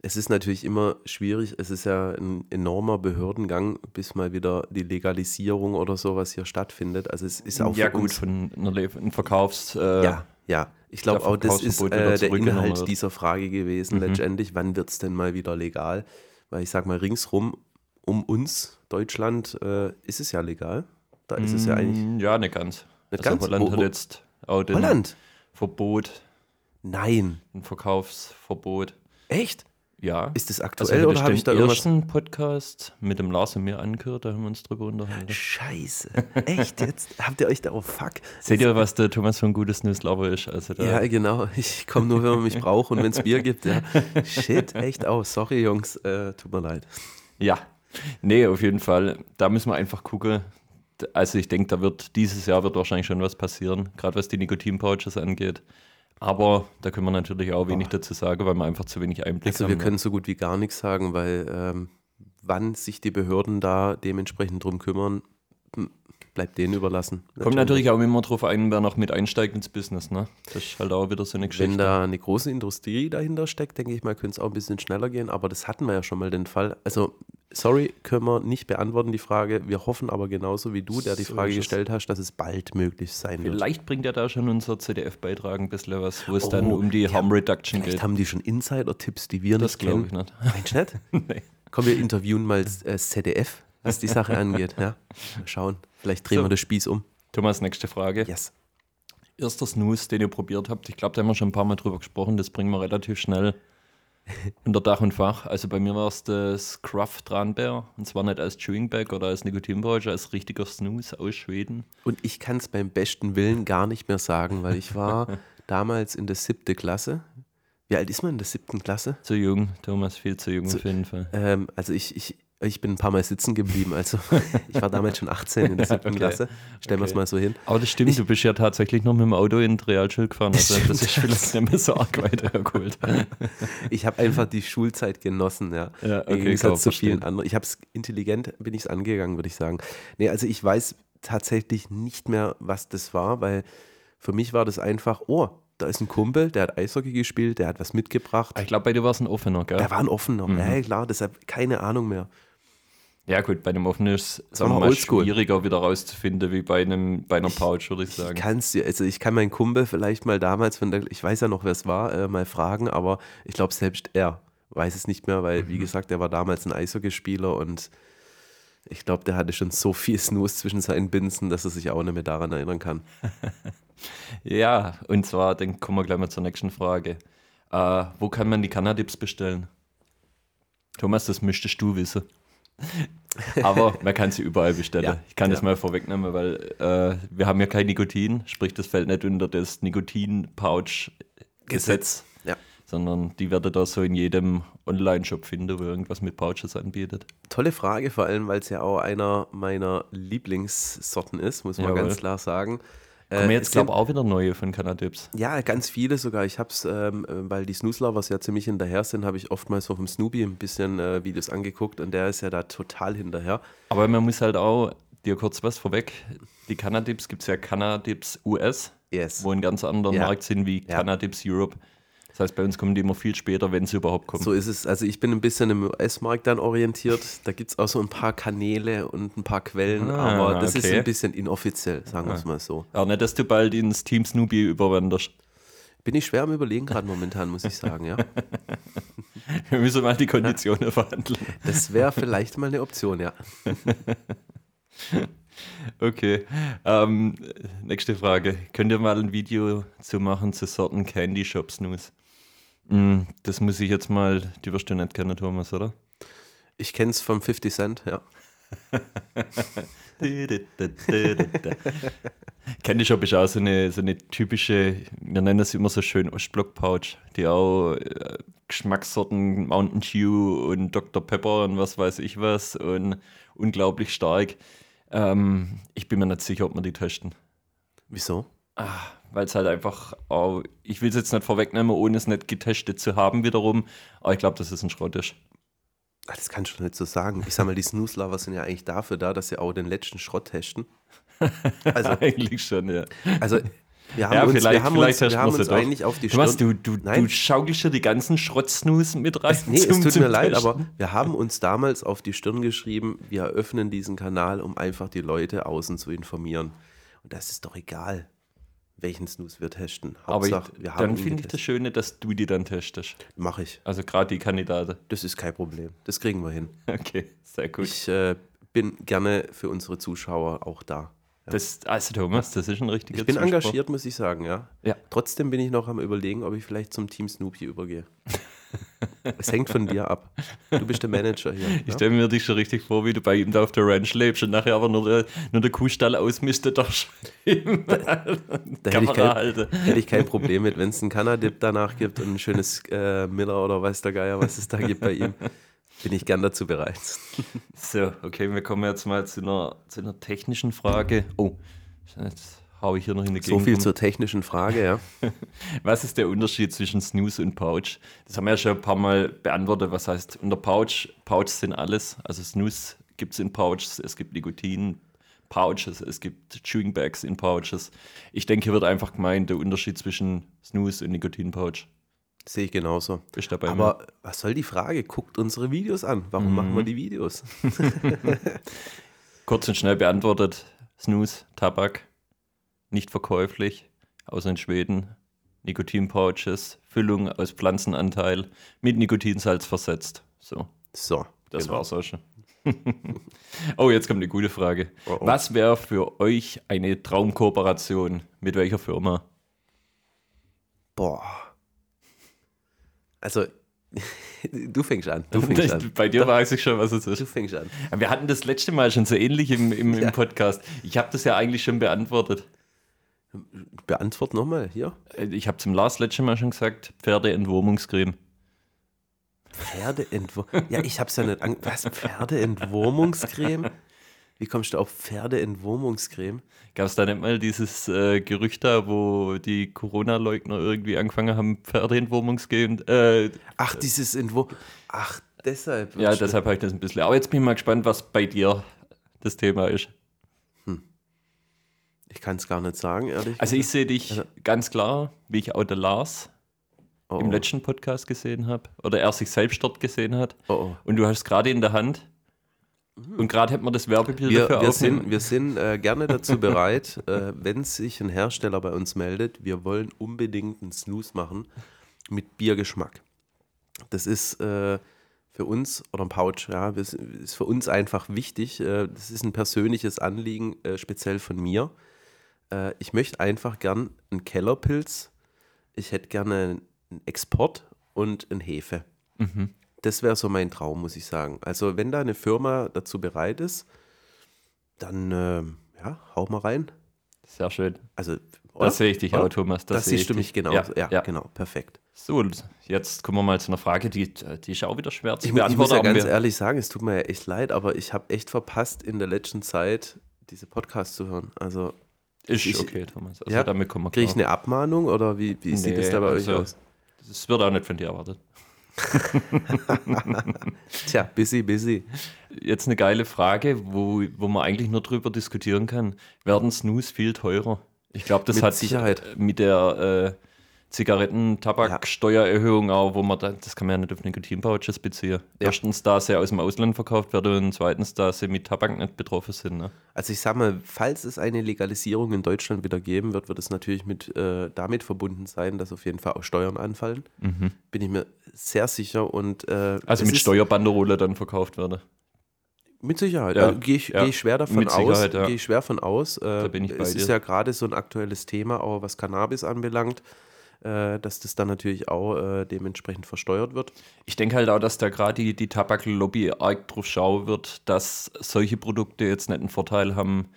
S3: es ist natürlich immer schwierig, es ist ja ein enormer Behördengang, bis mal wieder die Legalisierung oder sowas hier stattfindet. Also es ist auch
S2: ja
S3: für
S2: gut,
S3: uns,
S2: von einer Le- ein Verkaufs... Äh,
S3: ja, ja. Ich glaube
S2: Der
S3: auch, das ist
S2: Verkaufsverbot wieder
S3: äh, der
S2: zurückgenommen
S3: Inhalt
S2: wird.
S3: dieser Frage gewesen
S2: Mhm.
S3: letztendlich. Wann wird es denn mal wieder legal? Weil ich sag mal, ringsrum um uns, Deutschland, äh, ist es ja legal. Da ist es ja eigentlich.
S2: Mm, Ja, nicht ganz.
S3: Nicht
S2: also
S3: ganz?
S2: Holland
S3: Wo-
S2: hat
S3: wo-
S2: jetzt auch den
S3: Holland?
S2: Verbot,
S3: Nein.
S2: ein Verkaufsverbot.
S3: Echt?
S2: Ja.
S3: Ist das
S2: Also
S3: aktuell oder habe ich da
S2: den
S3: irgendwas?
S2: ersten Podcast mit dem Lars und mir angehört, da haben wir uns drüber unterhalten.
S3: Scheiße. Echt? Jetzt habt ihr euch da auf Fuck.
S2: Seht ihr, was der Thomas für ein gutes Newslauber ist? Also da,
S3: Ja, genau. Ich komme nur, wenn man mich braucht und wenn es Bier gibt. Ja. Shit, echt auch. Sorry, Jungs. Äh, tut mir leid.
S2: Ja, nee, auf jeden Fall. Da müssen wir einfach gucken. D- Also ich denke, da wird dieses Jahr wird wahrscheinlich schon was passieren, gerade was die Nikotinpouches angeht. Aber da können wir natürlich auch wenig dazu sagen, weil wir einfach zu wenig Einblick
S3: Also
S2: haben.
S3: wir können so gut wie gar nichts sagen, weil ähm, wann sich die Behörden da dementsprechend drum kümmern, hm, bleibt denen überlassen.
S2: Kommt natürlich auch immer drauf ein, wer noch mit einsteigt ins Business, ne? Das ist halt auch wieder so eine Geschichte.
S3: Wenn da eine große Industrie dahinter steckt, denke ich mal, könnte es auch ein bisschen schneller gehen. Aber das hatten wir ja schon mal den Fall. Also, sorry, können wir nicht beantworten die Frage. Wir hoffen aber genauso wie du, der die
S2: So
S3: Frage
S2: ist es.
S3: gestellt hast, dass es bald möglich sein wird.
S2: Vielleicht bringt ja da schon unser CDF-Beitrag ein bisschen was, wo es dann
S3: Oh,
S2: um die Harm Reduction
S3: Vielleicht
S2: geht.
S3: haben die schon Insider-Tipps, die wir
S2: Das
S3: nicht
S2: glaube
S3: kennen.
S2: ich nicht.
S3: Meinst du nicht?
S2: Nee.
S3: Komm, wir interviewen mal das äh, das ZDF, was die Sache angeht. Ja? Mal schauen. Vielleicht drehen
S2: So.
S3: wir den Spieß um.
S2: Thomas, nächste Frage.
S3: Yes.
S2: Erster Snooze, den ihr probiert habt, ich glaube, da haben wir schon ein paar Mal drüber gesprochen, das bringen wir relativ schnell Unter Dach und Fach. Also bei mir war es das Cruff Tranbär. Und zwar nicht als Chewing Bag oder als Nikotinbeutel, als richtiger Snooze aus Schweden.
S3: Und ich kann es beim besten Willen gar nicht mehr sagen, weil ich war damals in der siebten Klasse. Wie alt ist man in der siebten Klasse?
S2: Zu jung, Thomas, viel zu jung auf jeden Fall.
S3: Ähm, also ich, ich, ich bin ein paar Mal sitzen geblieben. Also ich war damals schon 18 in der siebten
S2: Okay.
S3: Klasse. Stellen wir es
S2: Okay.
S3: mal so hin.
S2: Aber das stimmt, du bist ja tatsächlich noch mit dem Auto in Realschule gefahren. Also das ist vielleicht nicht mehr so arg weit hergeholt.
S3: Ich habe einfach die Schulzeit genossen, ja.
S2: Ja, okay,
S3: Im Gegensatz
S2: klar,
S3: zu vielen
S2: verstehe.
S3: anderen. Ich habe es intelligent, bin ich es angegangen, würde ich sagen. Nee, also ich weiß tatsächlich nicht mehr, was das war, weil für mich war das einfach, oh, da ist ein Kumpel, der hat Eishockey gespielt, der hat was mitgebracht.
S2: Ah, Ich Mhm. glaube, bei dir war es ein offener, gell?
S3: Der war ein offener. Ja, klar, deshalb keine Ahnung mehr.
S2: Ja, gut, bei einem offenen ist es
S3: war
S2: mal
S3: mal oldschool.
S2: schwieriger wieder rauszufinden, wie bei, einem, bei einer Pouch, würde ich sagen.
S3: Ich kann's dir, also ich kann meinen Kumpel vielleicht mal damals, von der, ich weiß ja noch, wer es war, äh, mal fragen, aber ich glaube, selbst er weiß es nicht mehr, weil, wie
S2: Mhm.
S3: gesagt, er war damals ein Eishockeyspieler und ich glaube, der hatte schon so viel Snooze zwischen seinen Binsen, dass er sich auch nicht mehr daran erinnern kann.
S2: Ja, und zwar, dann kommen wir gleich mal zur nächsten Frage. Äh, wo kann man die Cannabis bestellen? Thomas, das müsstest du wissen. Aber man kann sie überall bestellen.
S3: Ja, genau.
S2: ich kann das
S3: klar.
S2: mal vorwegnehmen, weil äh, wir haben ja kein Nikotin, sprich das fällt nicht unter das Nikotin-Pouch-Gesetz,
S3: Ja,
S2: sondern die werdet ihr so in jedem Online-Shop finden, wo irgendwas mit Pouches anbietet.
S3: tolle Frage, vor allem, weil es ja auch einer meiner Lieblingssorten ist, muss man
S2: Jawohl.
S3: ganz klar sagen. Äh,
S2: Kommen
S3: es
S2: jetzt,
S3: sind-
S2: glaube ich, auch wieder neue von Cannabis.
S3: Ja, ganz viele sogar. Ich hab's, ähm, äh, weil die Snoozlovers ja ziemlich hinterher sind, habe ich oftmals so vom Snoopy ein bisschen äh, Videos angeguckt und der ist ja da total hinterher.
S2: Aber man muss halt auch, dir kurz was vorweg, die Cannabis gibt es ja Cannabis US.
S3: Yes.
S2: wo in ganz anderen
S3: Ja.
S2: Markt sind wie
S3: Ja.
S2: Cannabis Europe. Das heißt, bei uns kommen die immer viel später, wenn sie überhaupt kommen.
S3: So ist es. Also ich bin ein bisschen im US-Markt dann orientiert. Da gibt es auch so ein paar Kanäle und ein paar Quellen,
S2: Ah,
S3: aber das ist
S2: okay. Ah.
S3: ein bisschen inoffiziell, sagen wir es mal so.
S2: Ja, nicht, dass du bald ins Team Snoopy überwanderst.
S3: Bin ich schwer am überlegen gerade momentan, muss ich sagen, ja.
S2: Wir müssen mal die Konditionen verhandeln.
S3: Das wäre vielleicht mal eine Option, ja.
S2: Okay. Ähm, nächste Frage. Könnt ihr mal ein Video zu machen zu Sorten Candy Shop Snooze? Hm, das muss ich jetzt mal, die wirst du nicht kennen, Thomas, oder?
S3: Ich kenne es vom 50 Cent, ja.
S2: Candy Shop ist auch so eine, so eine typische, wir nennen das immer so schön Ostblock-Pouch, die auch äh, Geschmackssorten Mountain Dew und Dr. Pepper und was weiß ich was und unglaublich stark. Ähm, ich bin mir nicht sicher, ob wir die testen.
S3: Wieso?
S2: Weil es halt einfach, auch- ich will es jetzt nicht vorwegnehmen, ohne es nicht getestet zu haben wiederum, aber ich glaube, das ist ein Schrott ist.
S3: Ah, Das kannst du nicht so sagen. Ich sag mal, die Snooze-Lover sind ja eigentlich dafür da, dass sie auch den letzten Schrott testen. Also,
S2: Eigentlich schon, ja.
S3: also wir haben
S2: ja,
S3: uns,
S2: vielleicht,
S3: wir haben
S2: vielleicht
S3: uns,
S2: herrscht
S3: wir haben
S2: man
S3: uns
S2: sie doch.
S3: eigentlich auf die
S2: Thomas,
S3: Stirn-
S2: Du, du,
S3: Nein.
S2: du schaukelst ja die ganzen Schrottsnus mit rein.
S3: Nee, es
S2: zum-
S3: tut
S2: zum
S3: mir leid,
S2: Testen.
S3: aber wir haben uns damals auf die Stirn geschrieben, wir eröffnen diesen Kanal, um einfach die Leute außen zu informieren. Und das ist doch egal, welchen Snooze wir testen.
S2: Aber ich,
S3: Hauptsache, wir haben
S2: dann
S3: ihn
S2: finde ich das
S3: getestet.
S2: Schöne, dass du die dann testest.
S3: Mache ich.
S2: Also gerade die Kandidaten.
S3: Das ist kein Problem. Das kriegen wir hin.
S2: Okay, sehr gut.
S3: Ich äh, bin gerne für unsere Zuschauer auch da.
S2: das, also Thomas, das ist ein richtiger
S3: Ich bin
S2: Zuspruch.
S3: engagiert, muss ich sagen, ja.
S2: Ja.
S3: Trotzdem bin ich noch am überlegen, ob ich vielleicht zum Team Snoopy übergehe. es hängt von dir ab. Du bist der Manager hier.
S2: Ich
S3: ja?
S2: stelle mir dich schon richtig vor, wie du bei ihm da auf der Ranch lebst und nachher aber nur der, nur der Kuhstall ausmistet. Da
S3: Da hätte ich,
S2: Kamera
S3: kein,
S2: halte.
S3: hätte ich kein Problem mit, wenn es einen Canadip danach gibt und ein schönes äh, Miller oder weiß der Geier, was es da gibt bei ihm. Bin ich gern dazu bereit.
S2: So, okay, wir kommen jetzt mal zu einer, zu einer technischen Frage. Oh, jetzt hau ich hier noch in die
S3: So
S2: Gegend.
S3: viel
S2: rum.
S3: zur technischen Frage, ja.
S2: Was ist der Unterschied zwischen Snooze und Pouch? Das haben wir ja schon ein paar Mal beantwortet. Was heißt unter Pouch? Pouch sind alles. Also Snooze gibt es in Pouches, es gibt Nikotin. Pouches, es gibt Chewing Bags in Pouches. Ich denke, hier wird einfach gemeint, der Unterschied zwischen Snooze und Nikotin Pouch.
S3: Sehe ich genauso.
S2: Bist dabei?
S3: Aber was soll die Frage? Guckt unsere Videos an.
S2: Mhm.
S3: Warum machen wir die Videos?
S2: Kurz und schnell beantwortet: Snooze, Tabak, nicht verkäuflich, außer in Schweden. Nikotin-Pouches, Füllung aus Pflanzenanteil, mit Nikotinsalz versetzt. So,
S3: So.
S2: das
S3: genau.
S2: war's auch schon. oh, jetzt kommt eine gute Frage.
S3: Oh, oh.
S2: Was wäre für euch eine Traumkooperation? Mit welcher Firma?
S3: Boah. Also, Du fängst an. Du fängst an.
S2: Bei dir weiß ich schon, was es
S3: Du
S2: ist.
S3: fängst an.
S2: Wir hatten das letzte Mal schon so ähnlich im, im, im
S3: Ja.
S2: Podcast. Ich habe das ja eigentlich schon beantwortet.
S3: Beantwort nochmal hier.
S2: Äh, Ich habe zum Lars letzte Mal schon gesagt, Pferdeentwurmungscreme.
S3: Pferdeentwurmung. Ja, ich hab's ja nicht an. Was? Pferdeentwurmungscreme? Wie kommst du auf Pferdeentwurmungscreme?
S2: Gab es da nicht mal dieses äh, Gerücht da, wo die Corona-Leugner irgendwie angefangen haben, Pferdeentwurmungscreme? Äh,
S3: Ach, dieses Entwurm. Ach, deshalb.
S2: ja, deshalb habe ich das ein bisschen. Aber jetzt bin ich mal gespannt, was bei dir das Thema ist.
S3: Ich kann es gar nicht sagen, ehrlich.
S2: Also ich sehe dich
S3: Also-
S2: ganz klar, wie ich auch der Lars
S3: oh,
S2: im
S3: oh.
S2: letzten Podcast gesehen habe oder er sich selbst dort gesehen hat.
S3: Oh, oh.
S2: Und du hast es gerade in der Hand. Und gerade hat man das Werbebild
S3: Mhm. Wir,
S2: dafür
S3: wir
S2: aufnehmen.
S3: sind, wir sind äh, gerne dazu bereit, äh, wenn sich ein Hersteller bei uns meldet, wir wollen unbedingt einen Snooze machen mit Biergeschmack. Das ist äh, für uns, oder ein Pouch, ja, das ist für uns einfach wichtig. Äh, das ist ein persönliches Anliegen, äh, speziell von mir. Äh, ich möchte einfach gern einen Kellerpilz, ich hätte gerne einen Export und einen Hefe.
S2: Mhm.
S3: Das wäre so mein Traum, muss ich sagen. Also, wenn da eine Firma dazu bereit ist, dann ähm, ja, hau mal rein.
S2: Sehr schön.
S3: Also, oder?
S2: Das sehe ich dich
S3: Oder?
S2: auch, Thomas.
S3: Das,
S2: sehe ich
S3: siehst du
S2: dich.
S3: mich genau.
S2: Ja,
S3: Ja,
S2: ja.
S3: genau, perfekt.
S2: So, jetzt kommen wir mal zu einer Frage, die, die ist auch wieder schwer zu
S3: Ich, mu- ich muss
S2: beantworten.
S3: ja
S2: aber
S3: ganz
S2: wir-
S3: ehrlich sagen, es tut mir ja echt leid, aber ich habe echt verpasst, in der letzten Zeit diese Podcasts zu hören. Also,
S2: Ist
S3: Ich-
S2: okay, Thomas. Also
S3: ja,
S2: damit kommen wir
S3: kriege ich
S2: klar.
S3: eine Abmahnung oder wie, wie
S2: Nee,
S3: sieht das da bei
S2: also-
S3: euch aus?
S2: Das wird auch nicht von dir erwartet.
S3: Tja, busy, busy.
S2: Jetzt eine geile Frage, wo, wo man eigentlich nur drüber diskutieren kann. Werden Snooze viel teurer? Ich glaube, das
S3: Mit
S2: hat
S3: Sicherheit.
S2: äh, mit der äh, Zigaretten-Tabaksteuererhöhung auch, wo man da, das kann man ja nicht auf Nikotin-Pouches beziehen.
S3: Ja.
S2: Erstens, da sie aus dem Ausland verkauft werden und zweitens, da sie mit Tabak nicht betroffen sind. Ne?
S3: Also ich sag mal, falls es eine Legalisierung in Deutschland wieder geben wird, wird es natürlich mit, äh, damit verbunden sein, dass auf jeden Fall auch Steuern anfallen. Bin ich mir sehr sicher und äh,
S2: Also
S3: Mhm. es
S2: mit
S3: ist-
S2: Steuerbanderole dann verkauft werden.
S3: Mit Sicherheit.
S2: Ja.
S3: Also gehe ich,
S2: Ja.
S3: gehe ich schwer davon
S2: Mit
S3: aus.
S2: Sicherheit, ja.
S3: Gehe ich schwer von aus. Äh, da
S2: bin ich bei
S3: es ist
S2: dir.
S3: ja gerade so ein aktuelles Thema, auch was Cannabis anbelangt, äh, dass das dann natürlich auch äh, dementsprechend versteuert wird.
S2: Ich denke halt auch, dass da gerade die, die Tabaklobby arg drauf schauen wird, dass solche Produkte jetzt nicht einen Vorteil haben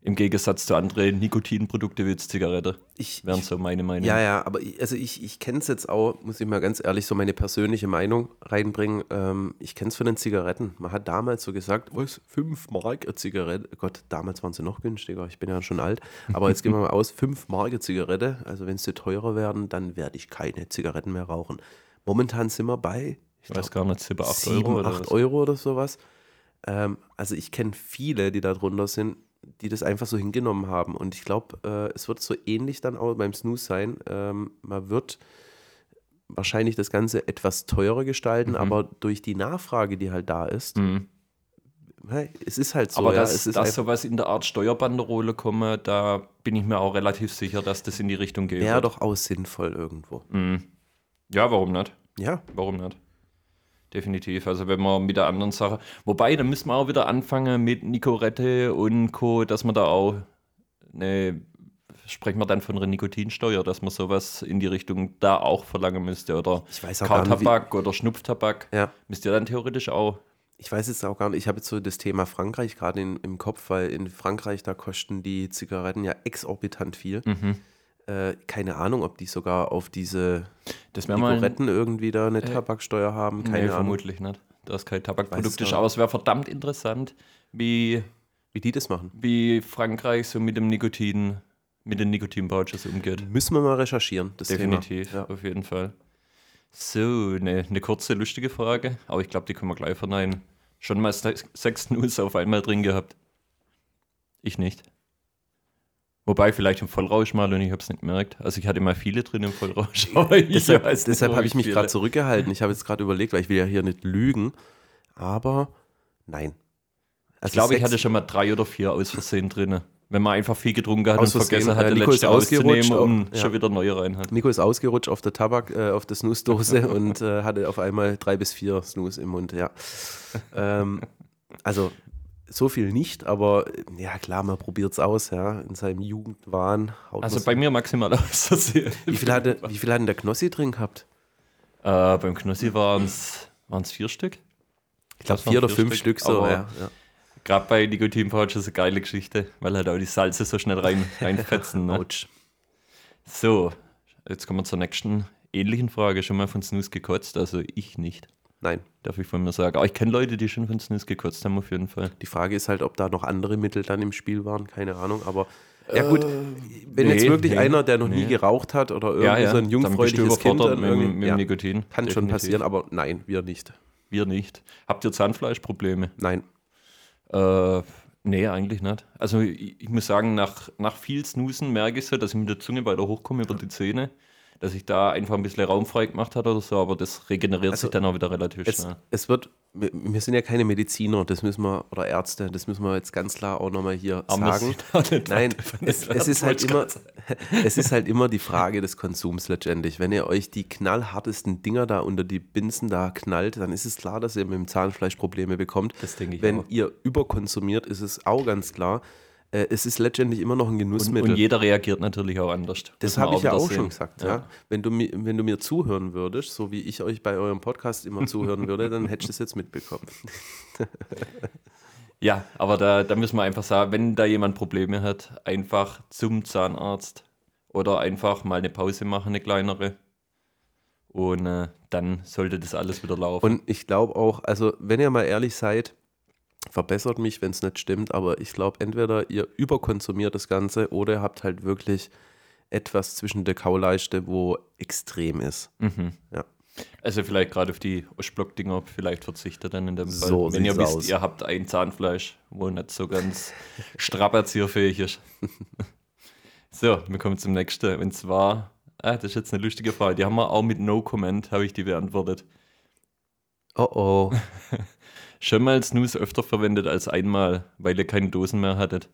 S2: im Gegensatz zu anderen Nikotinprodukte wie jetzt Zigarette.
S3: Ich,
S2: Wären so meine Meinung.
S3: Ja, ja, aber ich, also ich, ich kenne es jetzt auch, muss ich mal ganz ehrlich so meine persönliche Meinung reinbringen. Ähm, ich kenne es von den Zigaretten. Man hat damals so gesagt, was, 5 Mark eine Zigarette? Oh Gott, damals waren sie noch günstiger, ich bin ja schon alt. Aber jetzt gehen wir mal aus, 5 Mark eine Zigarette. Also wenn sie teurer werden, dann werde ich keine Zigaretten mehr rauchen. Momentan sind wir bei, ich
S2: Ich weiß
S3: glaube,
S2: gar nicht, über 8
S3: 7,
S2: Euro
S3: Euro
S2: oder
S3: 8
S2: was.
S3: Euro oder sowas. Ähm, also ich kenne viele, die da drunter sind, die das einfach so hingenommen haben. Und ich glaube, äh, es wird so ähnlich dann auch beim Snooze sein. Ähm, man wird wahrscheinlich das Ganze etwas teurer gestalten, aber durch die Nachfrage, die halt da ist,
S2: Mhm.
S3: hey, es ist halt so.
S2: Aber
S3: ja,
S2: dass,
S3: es ist
S2: dass
S3: einfach-
S2: sowas in der Art Steuerbanderole komme, da bin ich mir auch relativ sicher, dass das in die Richtung geht.
S3: wäre doch auch sinnvoll irgendwo.
S2: Mhm. Ja, warum nicht?
S3: Ja,
S2: Warum nicht? Definitiv. Also wenn man mit der anderen Sache. Wobei, dann müssen wir auch wieder anfangen mit Nicorette und Co., dass man da auch ne, sprechen wir dann von einer Nikotinsteuer, dass man sowas in die Richtung da auch verlangen müsste. Oder
S3: ich weiß auch gar nicht. Wie,
S2: Kautabak oder Schnupftabak.
S3: ja.
S2: Müsst ihr dann theoretisch auch.
S3: Ich weiß jetzt auch gar nicht, ich habe jetzt so das Thema Frankreich gerade in- im Kopf, weil in Frankreich, da kosten die Zigaretten ja exorbitant viel.
S2: Mhm.
S3: Äh, keine Ahnung, ob die sogar auf diese
S2: Das wäre mal.
S3: Zigaretten irgendwie da eine Tabaksteuer haben. Keine
S2: Äh, nee,
S3: Ahnung,
S2: vermutlich nicht. Da ist kein
S3: Weiß es
S2: Tabakprodukt.
S3: gar
S2: ist,
S3: nicht.
S2: Aber es wäre verdammt interessant, wie,
S3: wie die das machen.
S2: wie Frankreich so mit dem Nikotin, mit den Nikotinpouches umgeht.
S3: Müssen wir mal recherchieren, das
S2: Definitiv,
S3: Thema. Ja.
S2: auf jeden Fall. So, eine ne kurze, lustige Frage, aber ich glaube, die können wir gleich verneinen. Schon mal se- sechs News auf einmal drin gehabt. Ich nicht. Wobei, vielleicht im Vollrausch mal und ich habe es nicht gemerkt. Also ich hatte mal viele drin im Vollrausch. Aber ich
S3: Deshalb,
S2: weiß nicht,
S3: deshalb
S2: ob
S3: habe ich mich
S2: viele-
S3: gerade zurückgehalten. Ich habe jetzt gerade überlegt, weil ich will ja hier nicht lügen, aber nein. Also
S2: Ich glaube, ich
S3: sechs-
S2: hatte schon mal drei oder vier aus Versehen drin. Wenn man einfach viel getrunken hat und
S3: Aus Versehen,
S2: vergessen
S3: äh,
S2: hat, den
S3: Nico ist
S2: letzte auszunehmen
S3: ausgerutscht,
S2: und
S3: ja.
S2: schon wieder neue rein hat.
S3: Nico ist ausgerutscht auf der Tabak, äh, auf der Snooze-Dose und äh, hatte auf einmal drei bis vier Snooze im Mund, ja. Ähm, also so viel nicht, aber äh, ja klar, man probiert es aus, ja, in seinem Jugendwahn. haut
S2: Also
S3: man's-
S2: bei mir maximal aus Versehen.
S3: wie, viel hatte, wie viel hat denn der Knossi drin gehabt?
S2: Äh, beim Knossi waren es vier Stück.
S3: Ich glaube,
S2: Das waren
S3: vier oder fünf Stück, so.
S2: aber
S3: Ja, ja.
S2: Gerade bei Nikotin Pouch ist eine geile Geschichte, weil halt auch die Salze so schnell rein, reinfetzen. Ne?
S3: Autsch.
S2: So, jetzt kommen wir zur nächsten ähnlichen Frage. Schon mal von Snus gekotzt? Also ich nicht,
S3: Nein.
S2: darf ich von mir sagen. Aber ich kenne Leute, die schon von Snus gekotzt haben, auf jeden Fall.
S3: Die Frage ist halt, ob da noch andere Mittel dann im Spiel waren, keine Ahnung, aber ja gut, wenn jetzt
S2: Ähm, nee,
S3: wirklich
S2: nee,
S3: einer, der noch nie
S2: nee.
S3: geraucht hat oder irgendwie so ein
S2: dann
S3: jungfräuliches
S2: bist du
S3: Kind
S2: überfordert
S3: dann
S2: mit, dem-
S3: irgendwie,
S2: mit dem
S3: ja,
S2: Nikotin.
S3: kann schon
S2: Definitiv.
S3: passieren, aber nein, wir nicht.
S2: Wir nicht. Habt ihr Zahnfleischprobleme?
S3: Nein.
S2: Äh, nee, eigentlich nicht. Also ich, ich muss sagen, nach, nach viel Snoosen merke ich so, dass ich mit der Zunge weiter hochkomme über die Zähne. Dass ich da einfach ein bisschen Raum frei gemacht hat oder so, aber das regeneriert
S3: Also,
S2: sich dann auch wieder relativ
S3: Es,
S2: schnell.
S3: es wird, wir, wir sind ja keine Mediziner, das müssen wir, oder Ärzte, das müssen wir jetzt ganz klar auch nochmal hier
S2: Aber wir
S3: sagen.
S2: sind auch nicht
S3: Nein,
S2: davon
S3: es,
S2: entfernt,
S3: es, ist halt
S2: wollte
S3: immer, es ist halt immer die Frage des Konsums letztendlich. Wenn ihr euch die knallhartesten Dinger da unter die Binsen da knallt, dann ist es klar, dass ihr mit dem Zahnfleisch Probleme bekommt.
S2: Das denke ich
S3: Wenn
S2: auch.
S3: ihr überkonsumiert, ist es auch ganz klar. Äh, Es ist letztendlich immer noch ein Genussmittel.
S2: Und jeder reagiert natürlich auch anders.
S3: Das
S2: Muss man
S3: habe ich ja
S2: wieder
S3: auch schon
S2: sehen.
S3: gesagt. Ja. Wenn, du mir, wenn du mir zuhören würdest, so wie ich euch bei eurem Podcast immer zuhören würde, dann hättest du es jetzt mitbekommen.
S2: Ja, aber da, da müssen wir einfach sagen, wenn da jemand Probleme hat, einfach zum Zahnarzt oder einfach mal eine Pause machen, eine kleinere. Und äh, dann sollte das alles wieder laufen.
S3: Und ich glaube auch, also wenn ihr mal ehrlich seid, verbessert mich, wenn es nicht stimmt, aber ich glaube, entweder ihr überkonsumiert das Ganze oder ihr habt halt wirklich etwas zwischen der Kauleiste, wo extrem ist. Ja.
S2: Mhm. also vielleicht gerade auf die Ostblock-Dinger vielleicht verzichtet dann in dem Fall.
S3: So
S2: wenn ihr
S3: sieht's
S2: wisst,
S3: aus.
S2: ihr habt ein Zahnfleisch, wo nicht so ganz strapazierfähig ist. so, wir kommen zum nächsten. Und zwar, ah, das ist jetzt eine lustige Frage, die haben wir auch mit No Comment, habe ich die beantwortet.
S3: Oh oh.
S2: Schon mal Snooze öfter verwendet als einmal, weil ihr keine Dosen mehr hattet.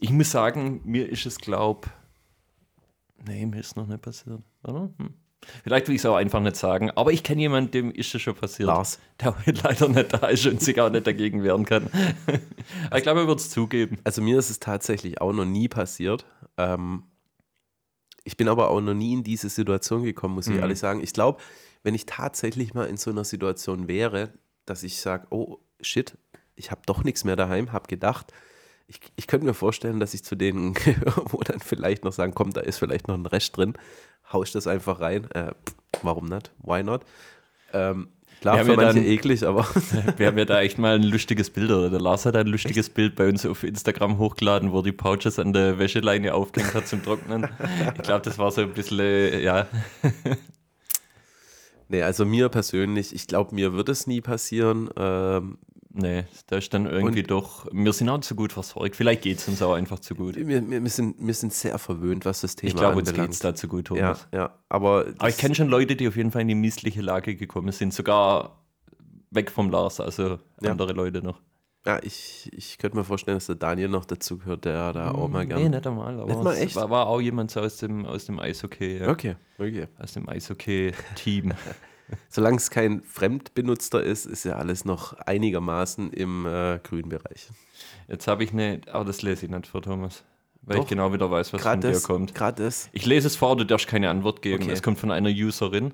S2: Ich muss sagen, mir ist es glaub. Nee, mir ist noch nicht passiert, oder? Hm. Vielleicht will ich es auch einfach nicht sagen, aber ich kenne jemanden, dem ist es schon passiert.
S3: Lars.
S2: Der heute leider nicht da ist und sich auch nicht dagegen wehren kann. aber ich glaube, er wird es zugeben.
S3: Also mir ist es tatsächlich auch noch nie passiert. Ähm, ich bin aber auch noch nie in diese Situation gekommen, muss
S2: Mhm.
S3: ich ehrlich sagen. Ich glaube, wenn ich tatsächlich mal in so einer Situation wäre, dass ich sage, oh shit, ich habe doch nichts mehr daheim, habe gedacht, ich, ich könnte mir vorstellen, dass ich zu denen gehöre, wo dann vielleicht noch sagen, komm, da ist vielleicht noch ein Rest drin, hau ich das einfach rein. Äh, pff, warum nicht? Why not? Ähm, klar,
S2: Wir haben
S3: für
S2: ja
S3: manche
S2: dann-
S3: eklig, aber
S2: Wir haben ja da echt mal ein lustiges Bild, oder? Der Lars hat ein lustiges Bild bei uns auf Instagram hochgeladen, wo er die Pouches an der Wäscheleine aufgehängt hat zum Trocknen. Ich glaube, das war so ein bisschen, äh, ja,
S3: nee, also mir persönlich, ich glaube, mir wird es nie passieren. Ähm,
S2: Nee, da ist dann irgendwie doch, wir sind auch zu gut versorgt. Vielleicht geht es uns auch einfach zu gut.
S3: Wir, wir, wir, sind, wir sind sehr verwöhnt, was das Thema
S2: Ich glaube, uns geht
S3: anbelangt.
S2: es da zu gut,
S3: ja,
S2: Thomas.
S3: ja, aber,
S2: Aber ich
S3: das-
S2: kenne schon Leute, die auf jeden Fall in die missliche Lage gekommen sind. Sogar weg vom Lars, also
S3: Ja.
S2: andere Leute noch.
S3: ja, ich, ich könnte mir vorstellen, dass der Daniel noch dazu gehört, der da auch Oh, mal gerne.
S2: Mm, Nee, nicht einmal. Aber
S3: Nicht mal
S2: es
S3: echt?
S2: War, war auch jemand so aus dem, aus dem Eishockey, ja.
S3: Okay, okay.
S2: aus dem Eishockey-Team.
S3: Solange es kein Fremdbenutzter ist, ist ja alles noch einigermaßen im äh, grünen Bereich.
S2: Jetzt habe ich eine, aber das lese ich nicht vor, Thomas. Weil
S3: Doch.
S2: ich genau wieder weiß, was von
S3: Gerade
S2: dir
S3: das,
S2: kommt.
S3: gerade das.
S2: Ich lese es vor, du darfst keine Antwort geben.
S3: Okay.
S2: Es kommt von einer Userin.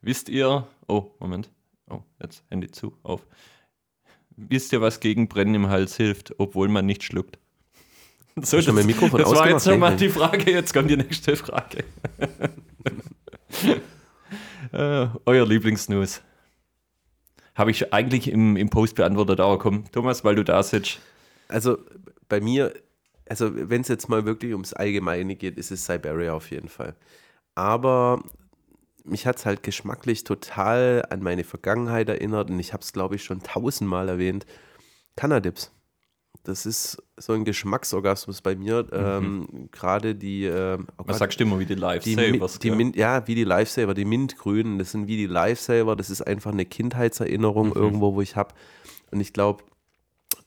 S2: Wisst ihr. Oh, Moment. Oh, jetzt Handy zu, auf. Wisst ihr, was gegen Brennen im Hals hilft, obwohl man nicht schluckt? So,
S3: Hast du mein Mikrofon
S2: das war jetzt
S3: ausgemacht?
S2: nochmal
S3: Nein,
S2: die Frage. Jetzt kommt die nächste Frage. äh, euer Lieblingsnews. Habe ich eigentlich im, im Post beantwortet, aber komm, Thomas, weil du da sitzt.
S3: Also bei mir, also wenn es jetzt mal wirklich ums Allgemeine geht, ist es Siberia auf jeden Fall. Aber mich hat es halt geschmacklich total an meine Vergangenheit erinnert und ich habe es, glaube ich, schon tausendmal erwähnt. Cannabis. Das ist so ein Geschmacksorgasmus bei mir. Ähm, Gerade die. Ähm, oh
S2: Mhm. Was
S3: Gott,
S2: sagst du immer, wie die
S3: die,
S2: Lifesavers?
S3: Mi- die
S2: gell?
S3: Mint, ja, wie die Lifesaver, die Mintgrünen, das sind wie die Lifesaver, das ist einfach eine Kindheitserinnerung
S2: Mhm.
S3: irgendwo, wo ich habe. Und ich glaube,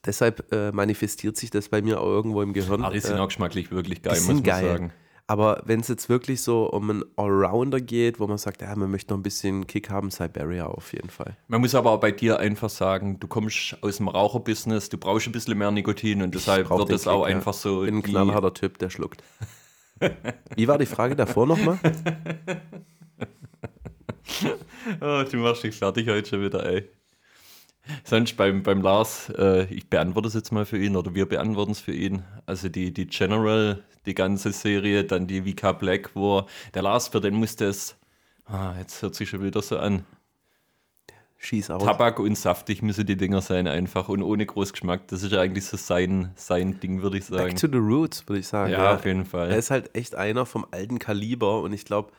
S3: deshalb äh, manifestiert sich das bei mir auch irgendwo im Gehirn.
S2: Ah, die sind
S3: äh,
S2: auch geschmacklich wirklich geil,
S3: die
S2: muss
S3: sind
S2: man
S3: geil.
S2: sagen.
S3: Aber wenn es jetzt wirklich so um einen Allrounder geht, wo man sagt, ja, man möchte noch ein bisschen Kick haben, Siberia auf jeden Fall.
S2: Man muss aber auch bei dir einfach sagen, du kommst aus dem Raucherbusiness, du brauchst ein bisschen mehr Nikotin und deshalb
S3: Braucht
S2: wird
S3: den
S2: es auch
S3: Kick, ja.
S2: einfach so.
S3: Bin ein
S2: die-
S3: knallharter Typ, der schluckt. Wie war die Frage davor nochmal?
S2: Oh, du machst dich fertig heute schon wieder, ey. Sonst beim, beim Lars, äh, ich beantworte es jetzt mal für ihn oder wir beantworten es für ihn. Also die, die General, die ganze Serie, dann die VK Black, wo der Lars, für den musste es, ah, jetzt hört sich schon wieder so an,
S3: Schieß aus.
S2: Tabak und saftig müssen die Dinger sein einfach und ohne groß Geschmack. Das ist ja eigentlich so sein, sein Ding, würde ich sagen.
S3: Back to the roots, würde ich sagen.
S2: Ja, auf jeden Fall.
S3: Er ist halt echt einer vom alten Kaliber und ich glaube,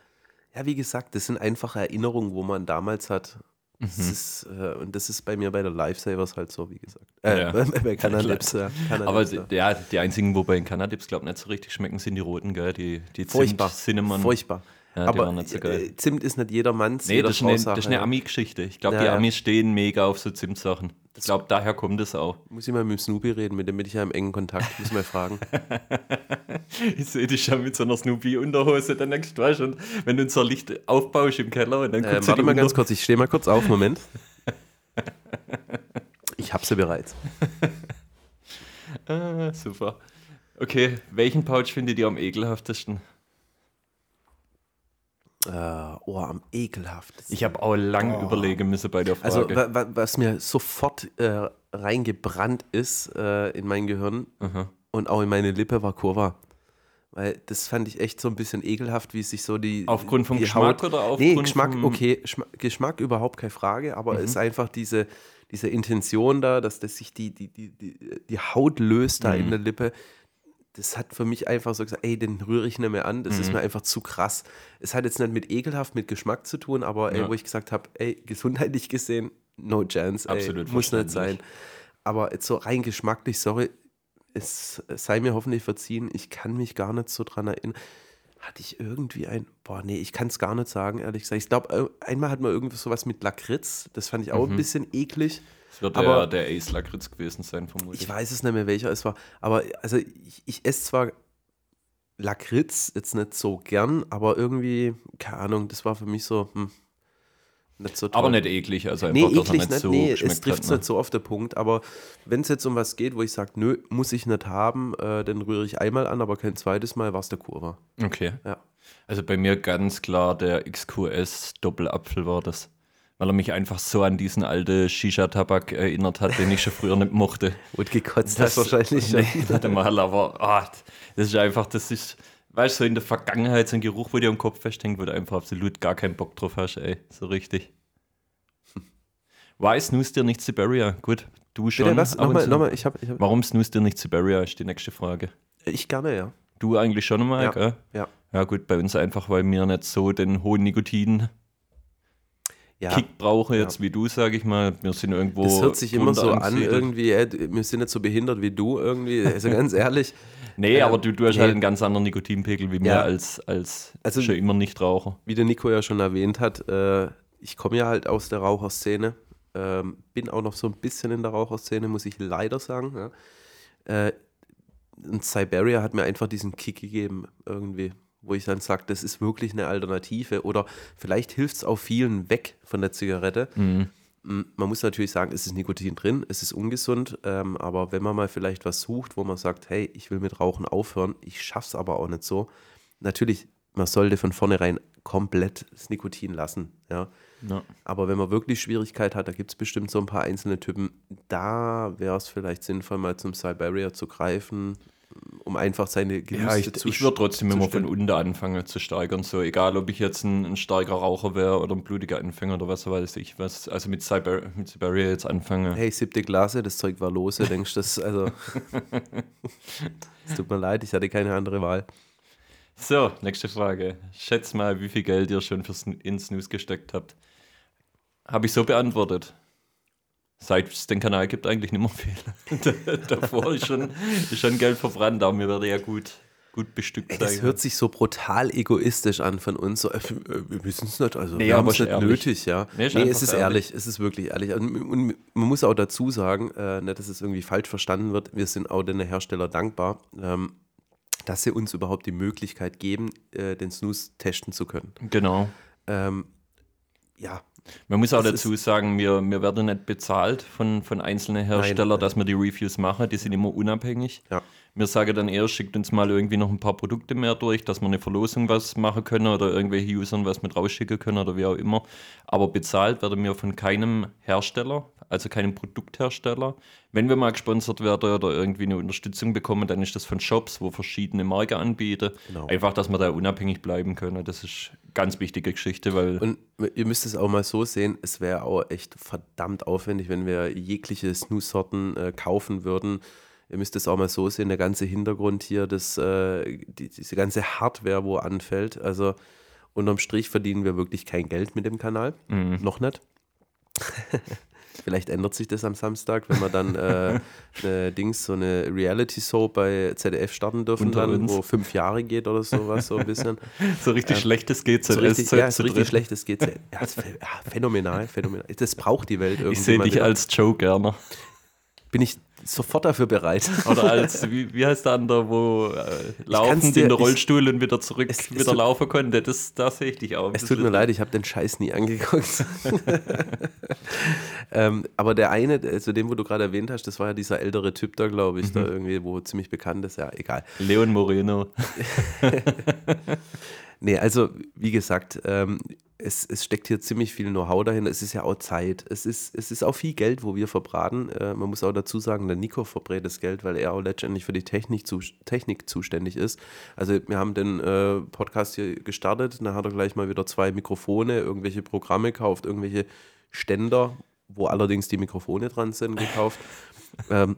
S3: ja, wie gesagt, das sind einfache Erinnerungen, wo man damals hat. Das
S2: Mhm.
S3: ist, äh, und das ist bei mir bei der Lifesavers halt so, wie gesagt. Äh,
S2: Ja.
S3: bei Canalips, ja.
S2: Aber
S3: Canalips,
S2: die-
S3: ja.
S2: ja, die einzigen, wo bei den Cannabis, glaube ich, nicht so richtig schmecken, sind die roten, gell? Die, die Zimt,
S3: furchtbar.
S2: Cinnamon.
S3: Furchtbar.
S2: Ja, die
S3: Aber
S2: waren nicht so geil.
S3: äh, Zimt ist nicht jedermanns.
S2: Nee,
S3: jeder
S2: das ist, eine,
S3: Frau-Sache,
S2: das ist eine
S3: ja.
S2: Ami-Geschichte. Ich glaube,
S3: Ja,
S2: die
S3: ja.
S2: Amis stehen mega auf so Zimt-Sachen. Ich glaube, daher kommt es auch.
S3: Muss ich mal mit dem Snoopy reden, mit dem bin ich ja im engen Kontakt. Muss ich mal fragen.
S2: Ich sehe dich schon mit so einer Snoopy-Unterhose dann denkst du, weißt du, und wenn du unser Licht aufbaust im Keller und dann
S3: Äh,
S2: guckst du
S3: warte
S2: die
S3: mal ganz
S2: Unter-
S3: kurz, ich stehe mal kurz auf, Moment. Ich hab sie bereits.
S2: Ah, super. Okay, welchen Pouch findet ihr am ekelhaftesten?
S3: Äh, oh, am ekelhaftesten.
S2: Ich habe auch lang überlegen müssen bei der
S3: also,
S2: Frage.
S3: wa- wa- was mir sofort äh, reingebrannt ist äh, in mein Gehirn und auch in meine Lippe war Kurva. Weil das fand ich echt so ein bisschen ekelhaft, wie es sich so die.
S2: Aufgrund vom
S3: die
S2: Geschmack oder
S3: Nee,
S2: aufgrund
S3: Geschmack,
S2: vom- Mhm.
S3: okay. Schma Geschmack überhaupt keine Frage, aber es ist einfach diese, diese Intention da, dass, dass sich die, die, die, die, die Haut löst da
S2: Mhm.
S3: in der Lippe. das hat für mich einfach so gesagt, ey, den rühre ich nicht mehr an, das
S2: Mhm.
S3: ist mir einfach zu krass. Es hat jetzt nicht mit ekelhaft, mit Geschmack zu tun, aber ey,
S2: Ja.
S3: wo ich gesagt habe, ey, gesundheitlich gesehen, no chance, ey,
S2: Absolut
S3: muss nicht sein.
S2: verständlich.
S3: Aber jetzt so rein geschmacklich, sorry, es es sei mir hoffentlich verziehen, ich kann mich gar nicht so dran erinnern. Hatte ich irgendwie ein, boah, nee, ich kann es gar nicht sagen, ehrlich gesagt. Ich glaube, einmal hat man irgendwie sowas mit Lakritz, das fand ich
S2: Mhm.
S3: auch ein bisschen eklig.
S2: das wird
S3: aber-
S2: der, der Ace Lakritz gewesen sein, vermutlich.
S3: Ich weiß es nicht mehr, welcher es war. Aber also ich, ich esse zwar Lakritz jetzt nicht so gern, aber irgendwie, keine Ahnung, das war für mich so, hm, nicht so toll.
S2: Aber nicht eklig, also
S3: Nee,
S2: einfach, dass er
S3: eklig
S2: nicht,
S3: nicht.
S2: so
S3: nee, es
S2: geschmeckt
S3: trifft
S2: hat.
S3: es
S2: Ne?
S3: nicht so auf den Punkt. Aber wenn es jetzt um was geht, wo ich sage, nö, muss ich nicht haben, äh, dann rühre ich einmal an, aber kein zweites Mal war es der Kurva.
S2: Okay.
S3: Ja.
S2: Also bei mir ganz klar der XQS Doppelapfel war das. Weil er mich einfach so an diesen alten Shisha-Tabak erinnert hat, den ich schon früher nicht mochte.
S3: Und gekotzt hast wahrscheinlich ne? schon.
S2: Nee, warte mal, aber ah, das ist einfach, das ist, weißt du, so in der Vergangenheit so ein Geruch, wo dir am Kopf festhängt, wo du einfach absolut gar keinen Bock drauf hast, ey. So richtig. Why snoost dir nicht Siberia? Gut, du schon.
S3: Bitte, was?
S2: ab und
S3: Nochmal,
S2: zu.
S3: nochmal, ich habe, ich, hab,
S2: Warum snoost dir nicht Siberia, ist die nächste Frage.
S3: ich gerne, ja.
S2: Du eigentlich schon mal,
S3: Ja.
S2: gell?
S3: Ja.
S2: Ja gut, bei uns einfach, weil wir nicht so den hohen Nikotin-Kick
S3: ja.
S2: brauchen, jetzt wie du, sage ich mal. Wir sind irgendwo
S3: Das hört sich immer
S2: drunter
S3: so an,
S2: angesiedelt.
S3: irgendwie, ey, du- wir sind nicht so behindert wie du irgendwie. Also ganz ehrlich,
S2: Nee, aber du, du hast
S3: nee.
S2: halt einen ganz anderen Nikotinpegel wie mir
S3: Ja.
S2: als, als
S3: Also-
S2: schon immer Nichtraucher.
S3: wie der Nico ja schon erwähnt hat, äh, ich komme ja halt aus der Raucherszene. Ähm, bin auch noch so ein bisschen in der Raucherszene, muss ich leider sagen. Ja. Äh, und Siberia hat mir einfach diesen Kick gegeben, irgendwie, wo ich dann sage, das ist wirklich eine Alternative. Oder vielleicht hilft es auch vielen weg von der Zigarette. Mm, Man muss natürlich sagen, es ist Nikotin drin, es ist ungesund, ähm, aber wenn man mal vielleicht was sucht, wo man sagt, hey, ich will mit Rauchen aufhören, ich schaff's aber auch nicht so. Natürlich, man sollte von vornherein komplett das Nikotin lassen, ja.
S2: Ja.
S3: Aber wenn man wirklich Schwierigkeit hat, da gibt es bestimmt so ein paar einzelne Typen, da wäre es vielleicht sinnvoll, mal zum Siberia zu greifen, um einfach seine
S2: Ja,
S3: Gelüste
S2: ich,
S3: zu
S2: ich würde trotzdem
S3: zu
S2: immer von
S3: stillen.
S2: unten anfangen zu steigern, so egal, ob ich jetzt ein, ein starker Raucher wäre oder ein blutiger Anfänger oder was weiß ich was. Also mit Siberia, mit Siberia jetzt anfange.
S3: Hey, siebte Klasse, das Zeug war lose, denkst du, das, also. es tut mir leid, ich hatte keine andere Wahl.
S2: So, nächste Frage. Schätz mal, wie viel Geld ihr schon fürs in Snooze gesteckt habt. Habe ich so beantwortet. Seit es den Kanal gibt, eigentlich nicht mehr viel. Davor ist schon, ist schon Geld verbrannt, aber mir werde ja gut, gut bestückt
S3: Ey,
S2: sag ich
S3: das
S2: mal.
S3: hört sich so brutal egoistisch an von uns. So, äh, wir wissen es nicht, also
S2: Nee,
S3: wir
S2: aber
S3: haben es
S2: ist
S3: nicht
S2: ehrlich.
S3: nötig, ja.
S2: Nee,
S3: Nee,
S2: ist einfach
S3: es ist ehrlich. es ist wirklich ehrlich. Und, und man muss auch dazu sagen, äh, nicht, dass es irgendwie falsch verstanden wird, wir sind auch den Hersteller dankbar, ähm, dass sie uns überhaupt die Möglichkeit geben, äh, den Snooze testen zu können.
S2: Genau.
S3: Ähm, ja,
S2: Man muss auch
S3: Das ist-
S2: dazu sagen, wir, wir werden nicht bezahlt von, von einzelnen Herstellern, dass wir die Reviews machen. Die sind immer unabhängig.
S3: Ja.
S2: Wir sagen dann eher, schickt uns mal irgendwie noch ein paar Produkte mehr durch, dass wir eine Verlosung was machen können oder irgendwelche Usern was mit rausschicken können oder wie auch immer. Aber bezahlt werden wir von keinem Hersteller, also keinem Produkthersteller. Wenn wir mal gesponsert werden oder irgendwie eine Unterstützung bekommen, dann ist das von Shops, wo verschiedene Marken anbieten.
S3: Genau.
S2: Einfach, dass wir da unabhängig bleiben können. Das ist ganz wichtige Geschichte, weil.
S3: Und ihr müsst es auch mal so sehen, es wäre auch echt verdammt aufwendig, wenn wir jegliche Snooze-Sorten äh, kaufen würden. Ihr müsst es auch mal so sehen, der ganze Hintergrund hier, das, äh, die, diese ganze Hardware, wo anfällt. Also unterm Strich verdienen wir wirklich kein Geld mit dem Kanal.
S2: mm, Mhm.
S3: Noch nicht. Vielleicht ändert sich das am Samstag, wenn wir dann äh, eine Dings, so eine Reality-Show bei ZDF starten dürfen,
S2: Unter
S3: dann,
S2: uns.
S3: wo fünf Jahre geht oder sowas, so ein bisschen.
S2: So richtig schlechtes GZS
S3: So richtig,
S2: zu,
S3: ja, so
S2: zu
S3: richtig
S2: richtig schlecht.
S3: schlechtes GZ. Ja, das ist phän- ja, phänomenal, phänomenal. Das braucht die Welt irgendwie.
S2: Ich sehe
S3: mal
S2: dich
S3: wieder.
S2: als Joe gerne.
S3: Bin ich sofort dafür bereit. Oh,
S2: Oder als, wie, wie heißt der andere, wo äh, laufend
S3: dir-
S2: in der
S3: ich-
S2: Rollstuhl und wieder zurück,
S3: Es- es
S2: wieder
S3: tut-
S2: laufen konnte. Das, da sehe ich dich auch. ein
S3: Es tut
S2: bisschen.
S3: mir leid, ich habe den Scheiß nie angeguckt. ähm, aber der eine, also den, wo du gerade erwähnt hast, das war ja dieser ältere Typ da, glaube
S2: Mhm.
S3: ich, da irgendwie, wo ziemlich bekannt ist. Ja, egal.
S2: Leon Moreno.
S3: Nee, also wie gesagt, ähm, es, es steckt hier ziemlich viel Know-how dahinter. Es ist ja auch Zeit. Es ist, es ist auch viel Geld, wo wir verbraten. Äh, man muss auch dazu sagen, der Nico verbrät das Geld, weil er auch letztendlich für die Technik, zu, Technik zuständig ist. Also wir haben den äh, Podcast hier gestartet, dann hat er gleich mal wieder zwei Mikrofone, irgendwelche Programme gekauft, irgendwelche Ständer, wo allerdings die Mikrofone dran sind, gekauft. ähm,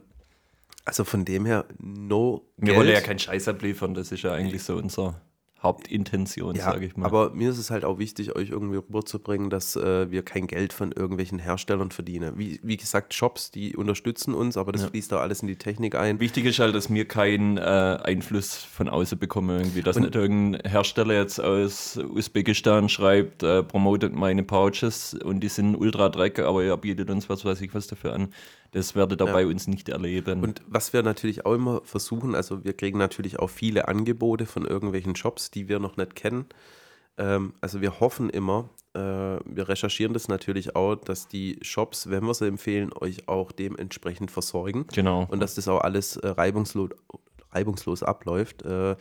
S3: also von dem her, no
S2: Wir wollen ja keinen Scheiß abliefern, das ist ja eigentlich so unser Hauptintention, sage ich mal.
S3: Aber mir ist es halt auch wichtig, euch irgendwie rüberzubringen, dass äh, wir kein Geld von irgendwelchen Herstellern verdienen. Wie, wie gesagt, Shops, die unterstützen uns, aber das fließt auch alles in die Technik ein.
S2: Wichtig ist halt, dass wir keinen äh, Einfluss von außen bekommen, irgendwie. Dass nicht irgendein Hersteller jetzt aus Usbekistan schreibt, äh, promotet meine Pouches und die sind ultra dreck, aber ihr bietet uns was weiß ich was dafür an. Das werdet ihr bei uns nicht erleben.
S3: Und was wir natürlich auch immer versuchen, also wir kriegen natürlich auch viele Angebote von irgendwelchen Shops, die wir noch nicht kennen. Ähm, also wir hoffen immer, äh, wir recherchieren das natürlich auch, dass die Shops, wenn wir sie empfehlen, euch auch dementsprechend versorgen.
S2: genau.
S3: und dass das auch alles äh, reibungslos, reibungslos abläuft. Äh,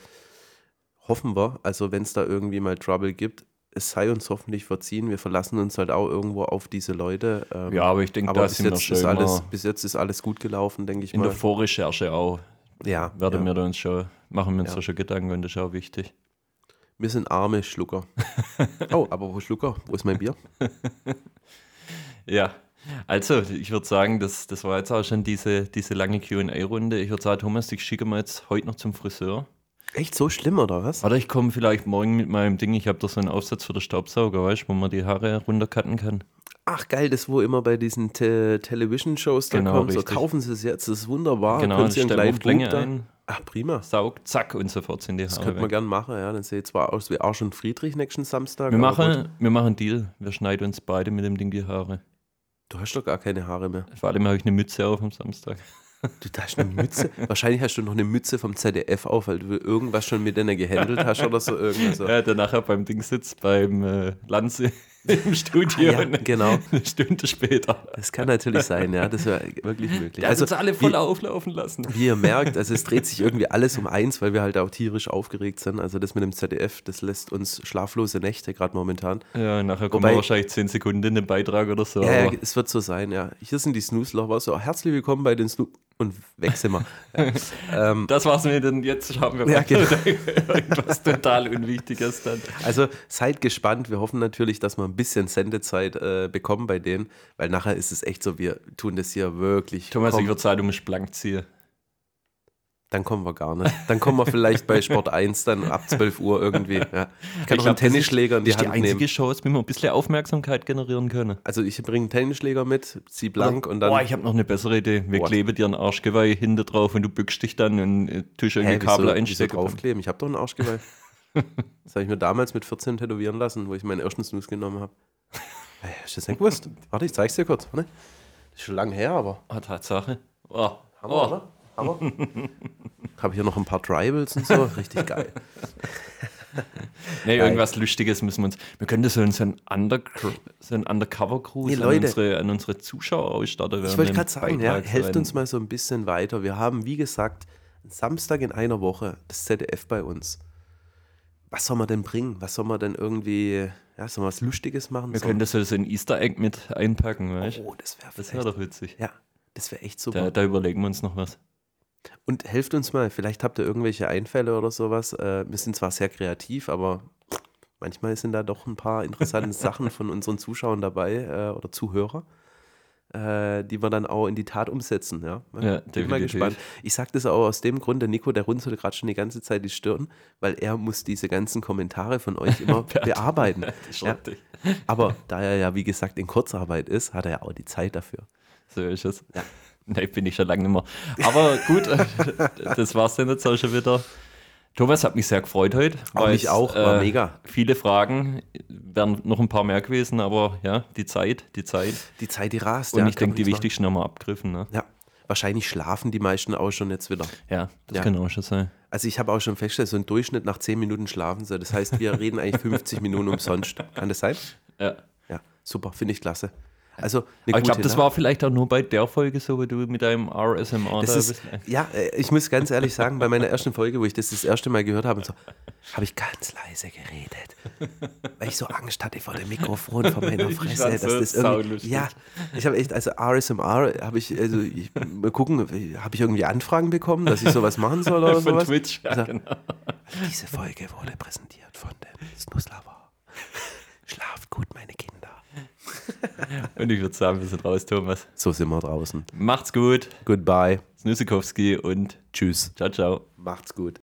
S3: hoffen wir, also wenn es da irgendwie mal Trouble gibt, es sei uns hoffentlich verziehen. Wir verlassen uns halt auch irgendwo auf diese Leute. ähm,
S2: ja, aber ich denke,
S3: aber
S2: da
S3: bis
S2: sind wir
S3: jetzt,
S2: schon
S3: ist alles,
S2: immer
S3: bis jetzt ist alles gut gelaufen, denke ich
S2: in der
S3: mal.
S2: Vorrecherche auch.
S3: Ja,
S2: Werden
S3: ja.
S2: wir da uns schon, machen wir uns
S3: Ja.
S2: da schon Gedanken und das ist auch wichtig.
S3: wir sind arme Schlucker. oh, aber wo Schlucker? Wo ist mein Bier?
S2: Ja. Also, ich würde sagen, das, das war jetzt auch schon diese, diese lange QA-Runde. Ich würde sagen, Thomas, ich schicke mal jetzt heute noch zum Friseur.
S3: Echt so schlimm, oder was?
S2: Warte, ich komme vielleicht morgen mit meinem Ding. Ich habe da so einen Aufsatz für den Staubsauger, weißt du, wo man die Haare runtercutten kann.
S3: Ach geil, das wo immer bei diesen Te Television-Shows da
S2: Genau,
S3: kommt, so
S2: richtig.
S3: kaufen sie es jetzt, das ist wunderbar.
S2: Genau,
S3: Können sie
S2: dann
S3: Ah, einen
S2: stellen wir
S3: kleinen
S2: auf Länge
S3: Bub da-
S2: ein.
S3: Ach, prima.
S2: Saug, zack und sofort sind die
S3: Das
S2: Haare
S3: könnte man
S2: weg.
S3: gern machen, ja. Dann sehe ich zwar aus wie Arsch und Friedrich nächsten Samstag.
S2: Wir
S3: aber gut.
S2: machen, wir machen einen Deal. Wir schneiden uns beide mit dem Ding die Haare.
S3: Du hast doch gar keine Haare mehr.
S2: Vor allem habe ich eine Mütze auf am Samstag.
S3: Du hast eine Mütze. Wahrscheinlich hast du noch eine Mütze vom ZDF auf, weil du irgendwas schon mit denen gehandelt hast oder so. Irgendwas. so.
S2: Ja, der nachher beim Ding sitzt, beim äh, Lanze im Studio.
S3: Ah, ja,
S2: und
S3: genau.
S2: Eine Stunde später.
S3: Das kann natürlich sein, ja. Das wäre wirklich möglich.
S2: Der also,
S3: Also,
S2: hat uns alle voll auflaufen lassen.
S3: wie ihr merkt, also es dreht sich irgendwie alles um eins, weil wir halt auch tierisch aufgeregt sind. Also das mit dem ZDF, das lässt uns schlaflose Nächte gerade momentan.
S2: Ja, nachher kommen
S3: Wobei-
S2: wir wahrscheinlich 10 Sekunden in den Beitrag oder so.
S3: Ja,
S2: aber-
S3: ja, es wird so sein, ja. Hier sind die Snooze-Lover. So, herzlich willkommen bei den Snooze. Und weg sind wir. Ja. ähm,
S2: Das war's mir denn jetzt haben wir
S3: Ja, genau.
S2: irgendwas total Unwichtiges dann.
S3: Also seid gespannt. Wir hoffen natürlich, dass wir ein bisschen Sendezeit äh, bekommen bei denen, weil nachher ist es echt so, wir tun das hier wirklich.
S2: Thomas,
S3: Komm,
S2: ich würde sagen, du musst blank ziehen.
S3: dann kommen wir gar nicht. Dann kommen wir vielleicht bei Sport 1 dann ab 12 Uhr irgendwie. Ja. Ich kann
S2: Ich
S3: doch einen
S2: glaub, das ist-
S3: Tennisschläger in die
S2: Das ist die
S3: Hand
S2: einzige
S3: nehmen.
S2: Chance, wie wir ein bisschen Aufmerksamkeit generieren können.
S3: Also ich bringe einen Tennisschläger mit, zieh blank und dann.
S2: Also, Boah, ich habe noch eine bessere Idee. Wir
S3: What?
S2: kleben dir ein Arschgeweih hinter drauf und du bückst dich dann und äh, tust irgendwie
S3: Hä,
S2: Kabel
S3: wieso, wieso
S2: einstecken.
S3: draufkleben? Ich habe doch einen Arschgeweih. Das habe ich mir damals mit 14 tätowieren lassen, wo ich meinen ersten Snooze genommen habe. Hey, hast du das nicht gewusst? Warte, ich zeig's dir kurz. Warte. Das ist schon lange her, aber.
S2: Ah, Tatsache. Oh.
S3: Hammer,
S2: oh.
S3: oder? Hammer. Habe hier noch ein paar Tribals und so. Richtig geil.
S2: Nee, irgendwas Lustiges müssen wir uns. Wir können das so ein, so ein, Under, so ein Undercover-Cruise
S3: Nee,
S2: an,
S3: Leute.
S2: unsere, an unsere Zuschauer ausstatten.
S3: Ich wollte gerade sagen, ja, helft uns mal so ein bisschen weiter. Wir haben, wie gesagt, Samstag in einer Woche das ZDF bei uns. Was soll man denn bringen? Was soll man denn irgendwie, ja, soll man was Lustiges machen?
S2: Wir
S3: Soll-
S2: können das so so ein Easter Egg mit einpacken, weißt du?
S3: oh, das wäre
S2: Das wäre doch witzig.
S3: Ja, das wäre echt
S2: Da,
S3: super.
S2: da überlegen wir uns noch was.
S3: Und helft uns mal, vielleicht habt ihr irgendwelche Einfälle oder sowas. Äh, Wir sind zwar sehr kreativ, aber manchmal sind da doch ein paar interessante Sachen von unseren Zuschauern dabei äh, oder Zuhörer, äh, die wir dann auch in die Tat umsetzen. Ja,
S2: Ja,
S3: Bin mal
S2: definitiv.
S3: gespannt. Ich sage das auch aus dem Grund, der Nico, der runzelt gerade schon die ganze Zeit die Stirn, weil er muss diese ganzen Kommentare von euch immer bearbeiten. ja,
S2: Schrecklich.
S3: aber da er ja, wie gesagt, in Kurzarbeit ist, hat er ja auch die Zeit dafür.
S2: So ist es. Nein, bin ich schon lange nicht mehr. Aber gut, das war's dann jetzt auch schon wieder. Thomas hat mich sehr gefreut heute.
S3: Auch
S2: weil
S3: mich
S2: es, äh,
S3: auch, war mega.
S2: Viele Fragen, wären noch ein paar mehr gewesen, aber ja, die Zeit, die Zeit.
S3: Die Zeit, die rast.
S2: Und
S3: ja,
S2: ich
S3: kann
S2: denke,
S3: man
S2: die
S3: nichts machen.
S2: wichtigsten haben wir abgegriffen. Ne?
S3: Ja, wahrscheinlich schlafen die meisten auch schon jetzt wieder.
S2: Ja, das
S3: Ja.
S2: kann auch schon sein.
S3: Also ich habe auch schon festgestellt, so ein Durchschnitt nach 10 Minuten schlafen sie. Das heißt, wir reden eigentlich 50 Minuten umsonst. Kann das sein?
S2: Ja.
S3: Ja, super, finde ich klasse. Also eine
S2: Aber ich glaube,
S3: gute
S2: das
S3: Nacht.
S2: war vielleicht auch nur bei der Folge so, weil du mit deinem RSMR
S3: Das
S2: da
S3: ist,
S2: bist.
S3: ja, äh, ich muss ganz ehrlich sagen, bei meiner ersten Folge, wo ich das das erste Mal gehört habe, und so, habe ich ganz leise geredet, weil ich so Angst hatte vor dem Mikrofon, vor meiner
S2: Ich
S3: Fresse.
S2: fand's so
S3: dass das irgendwie,
S2: saulustig.
S3: ja, ich habe echt, also RSMR habe ich, also ich, mal gucken, habe ich irgendwie Anfragen bekommen, dass ich sowas machen soll oder
S2: Von
S3: sowas?
S2: Twitch. Ja,
S3: Also,
S2: genau.
S3: Diese Folge wurde präsentiert von dem Snuslava. Schlaft gut, meine Kinder.
S2: Und ich würde sagen, wir sind raus, Thomas.
S3: So sind wir draußen.
S2: Macht's gut.
S3: Goodbye.
S2: Snusikowski und
S3: Tschüss.
S2: ciao, ciao.
S3: Macht's gut.